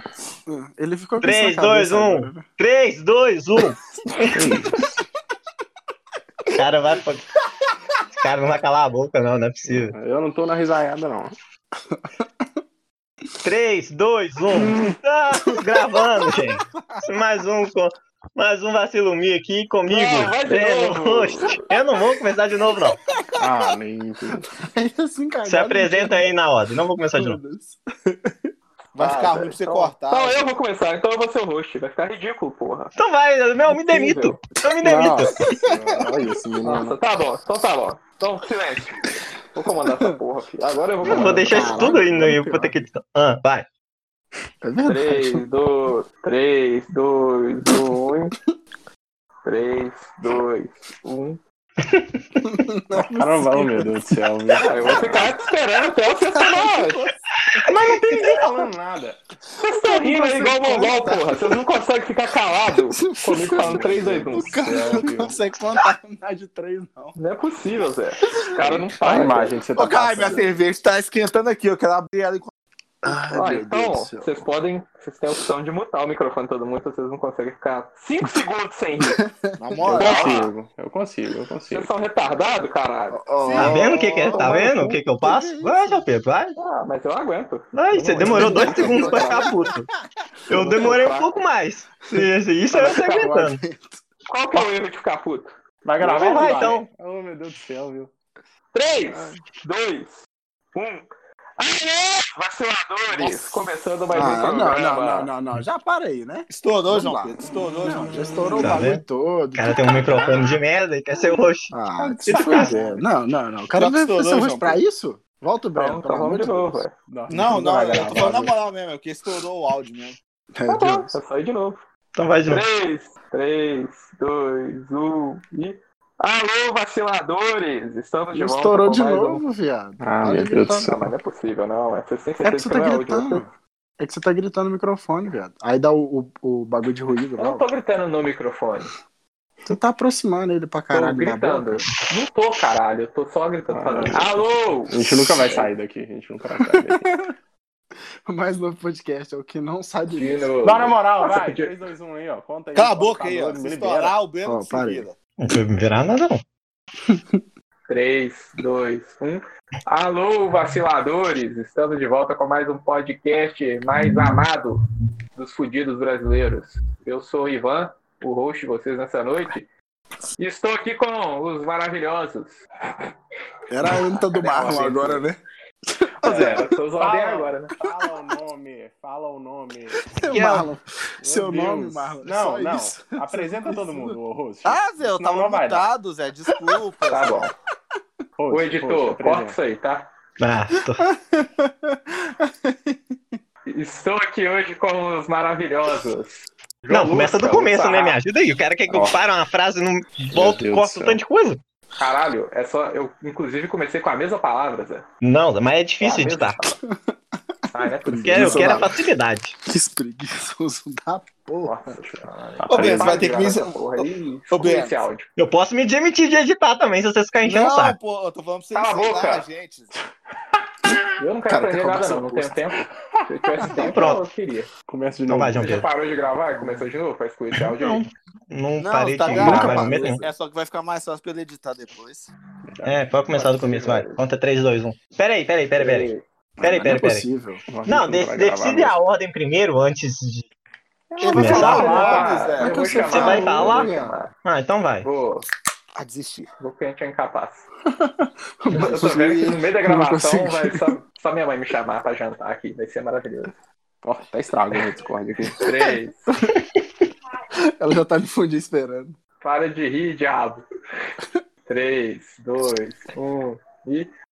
[SPEAKER 6] host.
[SPEAKER 4] é. Ele ficou com
[SPEAKER 6] Três,
[SPEAKER 4] essa cabeça
[SPEAKER 6] dois, um.
[SPEAKER 4] agora, né?
[SPEAKER 6] 3, 2, 1. O cara vai. pra- Esse cara não vai calar a boca, não, não é possível.
[SPEAKER 2] Eu não tô na risaiada, não.
[SPEAKER 6] 3, 2, 1. Estamos um. Tá gravando, gente. Mais um, co- mais um vacilo Mi aqui comigo.
[SPEAKER 1] Não, É, vai de
[SPEAKER 6] Breno
[SPEAKER 1] novo.
[SPEAKER 6] Host. Eu não vou começar de novo, não.
[SPEAKER 2] Ah, nem.
[SPEAKER 4] Aí assim, cagado,
[SPEAKER 6] Se apresenta aí na ordem. Não vou começar de novo.
[SPEAKER 4] Foda-se.
[SPEAKER 3] Vai
[SPEAKER 1] Ah,
[SPEAKER 3] ficar
[SPEAKER 1] velho,
[SPEAKER 3] ruim pra você
[SPEAKER 7] é
[SPEAKER 1] então-
[SPEAKER 3] cortar.
[SPEAKER 1] Então eu vou começar, então eu vou ser o host. Vai ficar ridículo, porra.
[SPEAKER 6] Então vai, meu, me demito. Eu me demito.
[SPEAKER 2] Olha esse menino.
[SPEAKER 1] Nossa, tá bom. Então tá bom. Então, silêncio. Vou comandar essa porra, filho. Agora eu vou
[SPEAKER 6] Eu
[SPEAKER 1] comandar.
[SPEAKER 6] vou deixar isso tudo aí, né? Eu vou ter que. editar. Ah, vai.
[SPEAKER 4] É
[SPEAKER 1] Ah,
[SPEAKER 4] verdade.
[SPEAKER 1] 3, 2, 3, 2, 1. 3, 2, 1.
[SPEAKER 2] Caramba, meu Deus do céu. viu?
[SPEAKER 1] Ah, Eu vou ficar te esperando até você falar.
[SPEAKER 2] Mas não tem ninguém tá falando nada.
[SPEAKER 1] Vocês estão tá rindo aí igual mongol, porra. Vocês não conseguem ficar calado comigo falando 3, 2, 1.
[SPEAKER 4] O cara não
[SPEAKER 2] tá.
[SPEAKER 4] consegue contar mais de três, não.
[SPEAKER 1] Não é possível, Zé. O cara não
[SPEAKER 2] Olha
[SPEAKER 1] faz.
[SPEAKER 2] a imagem que você tá
[SPEAKER 3] Ô, Caio, minha
[SPEAKER 2] passando.
[SPEAKER 3] cerveja tá esquentando aqui. Eu quero abrir ela enquanto.
[SPEAKER 4] Ah, Tá
[SPEAKER 1] Ó, então, vocês podem. Vocês têm a opção de mutar o microfone de todo mundo, vocês não conseguem ficar 5 segundos sem rir.
[SPEAKER 3] Na
[SPEAKER 2] Eu
[SPEAKER 3] moral.
[SPEAKER 2] consigo, eu consigo, eu consigo.
[SPEAKER 1] Vocês são retardados, caralho?
[SPEAKER 6] Tá vendo o que, que é? Tá vendo o que, que eu passo? Vai, João Pedro, vai.
[SPEAKER 1] Ah, mas eu aguento.
[SPEAKER 6] Ai, você demorou dois segundos pra ficar puto. Eu demorei um pouco mais. Isso, isso eu tô aguentando.
[SPEAKER 1] Qual que é o erro de ficar puto?
[SPEAKER 2] Vai gravar?
[SPEAKER 6] Então vai,
[SPEAKER 2] Eduardo?
[SPEAKER 6] então.
[SPEAKER 2] Oh, meu Deus do céu, viu?
[SPEAKER 1] 3,
[SPEAKER 4] Ah.
[SPEAKER 1] 2, 1. Aê, vaciladores! Começando mais um
[SPEAKER 4] Ah, não,
[SPEAKER 1] programa.
[SPEAKER 4] não, não, não, não. Já para aí, né?
[SPEAKER 3] Estourou,
[SPEAKER 4] Vamos
[SPEAKER 3] João
[SPEAKER 4] lá.
[SPEAKER 3] Pedro. Estourou, João
[SPEAKER 4] Não, já
[SPEAKER 3] Pedro.
[SPEAKER 4] estourou
[SPEAKER 6] Tá
[SPEAKER 4] o bagulho
[SPEAKER 6] vendo?
[SPEAKER 4] todo.
[SPEAKER 6] O cara tem um microfone de merda e quer ser host.
[SPEAKER 4] Ah, se fuder. Não, não, não. O cara
[SPEAKER 3] Já
[SPEAKER 4] vai
[SPEAKER 3] estourou,
[SPEAKER 4] fazer
[SPEAKER 3] João
[SPEAKER 4] hoje pra isso? Volta o Breno,
[SPEAKER 1] Então,
[SPEAKER 4] pelo
[SPEAKER 1] então
[SPEAKER 4] amor
[SPEAKER 1] vamos
[SPEAKER 4] de
[SPEAKER 1] de
[SPEAKER 4] Deus.
[SPEAKER 1] novo, velho.
[SPEAKER 2] Nossa,
[SPEAKER 3] Não, não,
[SPEAKER 2] vai
[SPEAKER 3] eu
[SPEAKER 2] gravar,
[SPEAKER 3] tô falando na
[SPEAKER 2] viu?
[SPEAKER 3] moral mesmo, é porque estourou o áudio mesmo.
[SPEAKER 1] Tá
[SPEAKER 4] É,
[SPEAKER 1] bom,
[SPEAKER 4] Deus.
[SPEAKER 1] eu saí de novo.
[SPEAKER 6] Então vai de novo.
[SPEAKER 1] 3, 3, 2, 1 e. Alô, vaciladores! Estamos de volta.
[SPEAKER 4] Estourou
[SPEAKER 1] com
[SPEAKER 4] de
[SPEAKER 1] mais um-
[SPEAKER 4] novo, viado.
[SPEAKER 2] Ah, meu Deus do
[SPEAKER 1] Ah,
[SPEAKER 2] céu.
[SPEAKER 1] mas não é possível, não. é. Vocês têm
[SPEAKER 4] É que
[SPEAKER 1] certeza
[SPEAKER 4] você
[SPEAKER 1] que,
[SPEAKER 4] tá
[SPEAKER 1] não é hoje. vocês-
[SPEAKER 4] gritando. É que você tá gritando no microfone, viado. Aí dá o, o, o bagulho de ruído.
[SPEAKER 1] Eu não
[SPEAKER 4] Lá.
[SPEAKER 1] tô gritando no microfone.
[SPEAKER 4] Você tá aproximando ele pra
[SPEAKER 1] Tô
[SPEAKER 4] caralho. da
[SPEAKER 1] gritando.
[SPEAKER 4] boca.
[SPEAKER 1] Não tô, caralho. Eu tô só gritando. falando. Alô!
[SPEAKER 2] A gente nunca vai sair daqui, a gente nunca vai sair daqui.
[SPEAKER 4] O mais novo podcast é o que não sai de mim.
[SPEAKER 1] Dino.
[SPEAKER 2] Dá na moral, vai.
[SPEAKER 1] podia-
[SPEAKER 2] 3, 2, 1 aí, ó. Conta aí.
[SPEAKER 3] Cala a
[SPEAKER 2] Tá
[SPEAKER 3] boca aí, ó.
[SPEAKER 2] doido,
[SPEAKER 3] Se
[SPEAKER 2] Me libera.
[SPEAKER 3] estourar, o Breno
[SPEAKER 4] Ó,
[SPEAKER 3] que se
[SPEAKER 4] parei.
[SPEAKER 3] vira.
[SPEAKER 6] Não foi virar nada, não.
[SPEAKER 1] 3, 2, 1. Alô, vaciladores! Estamos de volta com mais um podcast mais amado dos fudidos brasileiros. Eu sou o Ivan, o host de vocês nessa noite. E estou aqui com os maravilhosos.
[SPEAKER 4] Era a anta do Marlon agora, né?
[SPEAKER 1] É, eu sou
[SPEAKER 2] Fala,
[SPEAKER 1] Zodé agora, né?
[SPEAKER 2] fala o nome, fala o nome.
[SPEAKER 4] Seu
[SPEAKER 6] Que é-
[SPEAKER 4] Marlon.
[SPEAKER 2] Meu
[SPEAKER 4] Seu
[SPEAKER 2] Deus.
[SPEAKER 4] nome,
[SPEAKER 3] é
[SPEAKER 4] Marlon.
[SPEAKER 2] Não,
[SPEAKER 4] só
[SPEAKER 2] não.
[SPEAKER 4] Isso.
[SPEAKER 2] Apresenta todo mundo, ô host.
[SPEAKER 3] Ah, Zé, eu
[SPEAKER 2] Não, não
[SPEAKER 3] tava
[SPEAKER 2] vai dar.
[SPEAKER 3] mutado, Zé, desculpa.
[SPEAKER 1] Tá bom.
[SPEAKER 2] Host,
[SPEAKER 1] O
[SPEAKER 2] host,
[SPEAKER 1] editor,
[SPEAKER 2] apresenta.
[SPEAKER 4] é.
[SPEAKER 1] corta isso aí, tá?
[SPEAKER 6] Ah, tô...
[SPEAKER 1] Estou aqui hoje com os maravilhosos. João
[SPEAKER 6] Não, começa do
[SPEAKER 1] Lusca,
[SPEAKER 6] começo, né?
[SPEAKER 1] Sarrafo.
[SPEAKER 6] Me ajuda aí. O cara quer que eu
[SPEAKER 2] Ó.
[SPEAKER 6] pare uma frase e não volto
[SPEAKER 2] Deus
[SPEAKER 6] e
[SPEAKER 2] do
[SPEAKER 6] corto
[SPEAKER 2] céu.
[SPEAKER 6] tanto de coisa.
[SPEAKER 1] Caralho, é só. Eu, inclusive, comecei com a mesma palavra, Zé.
[SPEAKER 6] Não, mas é difícil
[SPEAKER 1] É a mesma
[SPEAKER 6] editar.
[SPEAKER 1] Ah, não é
[SPEAKER 6] Eu
[SPEAKER 1] possível.
[SPEAKER 6] quero, eu
[SPEAKER 4] Isso
[SPEAKER 6] quero a
[SPEAKER 4] não.
[SPEAKER 6] facilidade.
[SPEAKER 4] Que preguiçoso da porra.
[SPEAKER 1] Nossa senhora.
[SPEAKER 3] Ô, Breno, você vai
[SPEAKER 1] Para de
[SPEAKER 3] ter que
[SPEAKER 1] gravar
[SPEAKER 3] me.
[SPEAKER 1] essa porra aí.
[SPEAKER 3] Ô, Breno.
[SPEAKER 1] Esse áudio.
[SPEAKER 6] Eu posso me demitir de editar também, se vocês ficarem
[SPEAKER 7] Então
[SPEAKER 6] enchendo o
[SPEAKER 7] tá.
[SPEAKER 3] Não,
[SPEAKER 6] saco.
[SPEAKER 3] pô, eu tô falando pra você
[SPEAKER 1] Cala a boca.
[SPEAKER 3] ensinar a gente.
[SPEAKER 1] Eu não quero
[SPEAKER 4] Cara,
[SPEAKER 1] aprender
[SPEAKER 4] tem que
[SPEAKER 1] nada,
[SPEAKER 4] começar
[SPEAKER 1] não.
[SPEAKER 4] um
[SPEAKER 1] Não tenho
[SPEAKER 4] posto.
[SPEAKER 1] tempo. Se eu tivesse tempo,
[SPEAKER 6] pronto.
[SPEAKER 1] eu queria.
[SPEAKER 2] Começa de
[SPEAKER 6] Então
[SPEAKER 2] novo.
[SPEAKER 6] vai, João
[SPEAKER 1] Você já
[SPEAKER 6] Pedro.
[SPEAKER 1] parou de gravar? Começou de novo? Faz com esse áudio aí.
[SPEAKER 6] Não,
[SPEAKER 3] Não,
[SPEAKER 6] parei
[SPEAKER 3] tá
[SPEAKER 6] de
[SPEAKER 3] ligado?
[SPEAKER 6] gravar mais momento nenhum.
[SPEAKER 4] Nunca
[SPEAKER 3] É só que vai ficar mais fácil pra ele editar depois.
[SPEAKER 6] É, pode começar do começo, vai. Conta 3, 2, 1. Peraí, peraí, peraí, peraí. Peraí,
[SPEAKER 4] Não é
[SPEAKER 6] peraí, peraí.
[SPEAKER 4] possível.
[SPEAKER 6] Não, dec- decide a ordem primeiro antes de.
[SPEAKER 3] Ele vai
[SPEAKER 6] Começar?
[SPEAKER 3] falar
[SPEAKER 1] Vou
[SPEAKER 3] nome,
[SPEAKER 1] chamar,
[SPEAKER 3] Zé.
[SPEAKER 1] eu vou
[SPEAKER 4] Você
[SPEAKER 1] chamar.
[SPEAKER 6] vai
[SPEAKER 1] eu
[SPEAKER 6] falar?
[SPEAKER 1] Vou, chamar.
[SPEAKER 6] Ah, então vai.
[SPEAKER 1] vou,
[SPEAKER 3] Ah, desisti.
[SPEAKER 1] vou porque a gente é incapaz. Eu
[SPEAKER 4] Mas
[SPEAKER 1] tô vendo que no meio da gravação
[SPEAKER 4] consegui.
[SPEAKER 1] vai só, só minha mãe me chamar pra jantar aqui. Vai ser maravilhoso.
[SPEAKER 2] Ó, tá estrago o Discord aqui.
[SPEAKER 1] Três.
[SPEAKER 4] Ela já tá me fundindo esperando.
[SPEAKER 1] um. Para de rir, diabo. 3, 2, 1 e.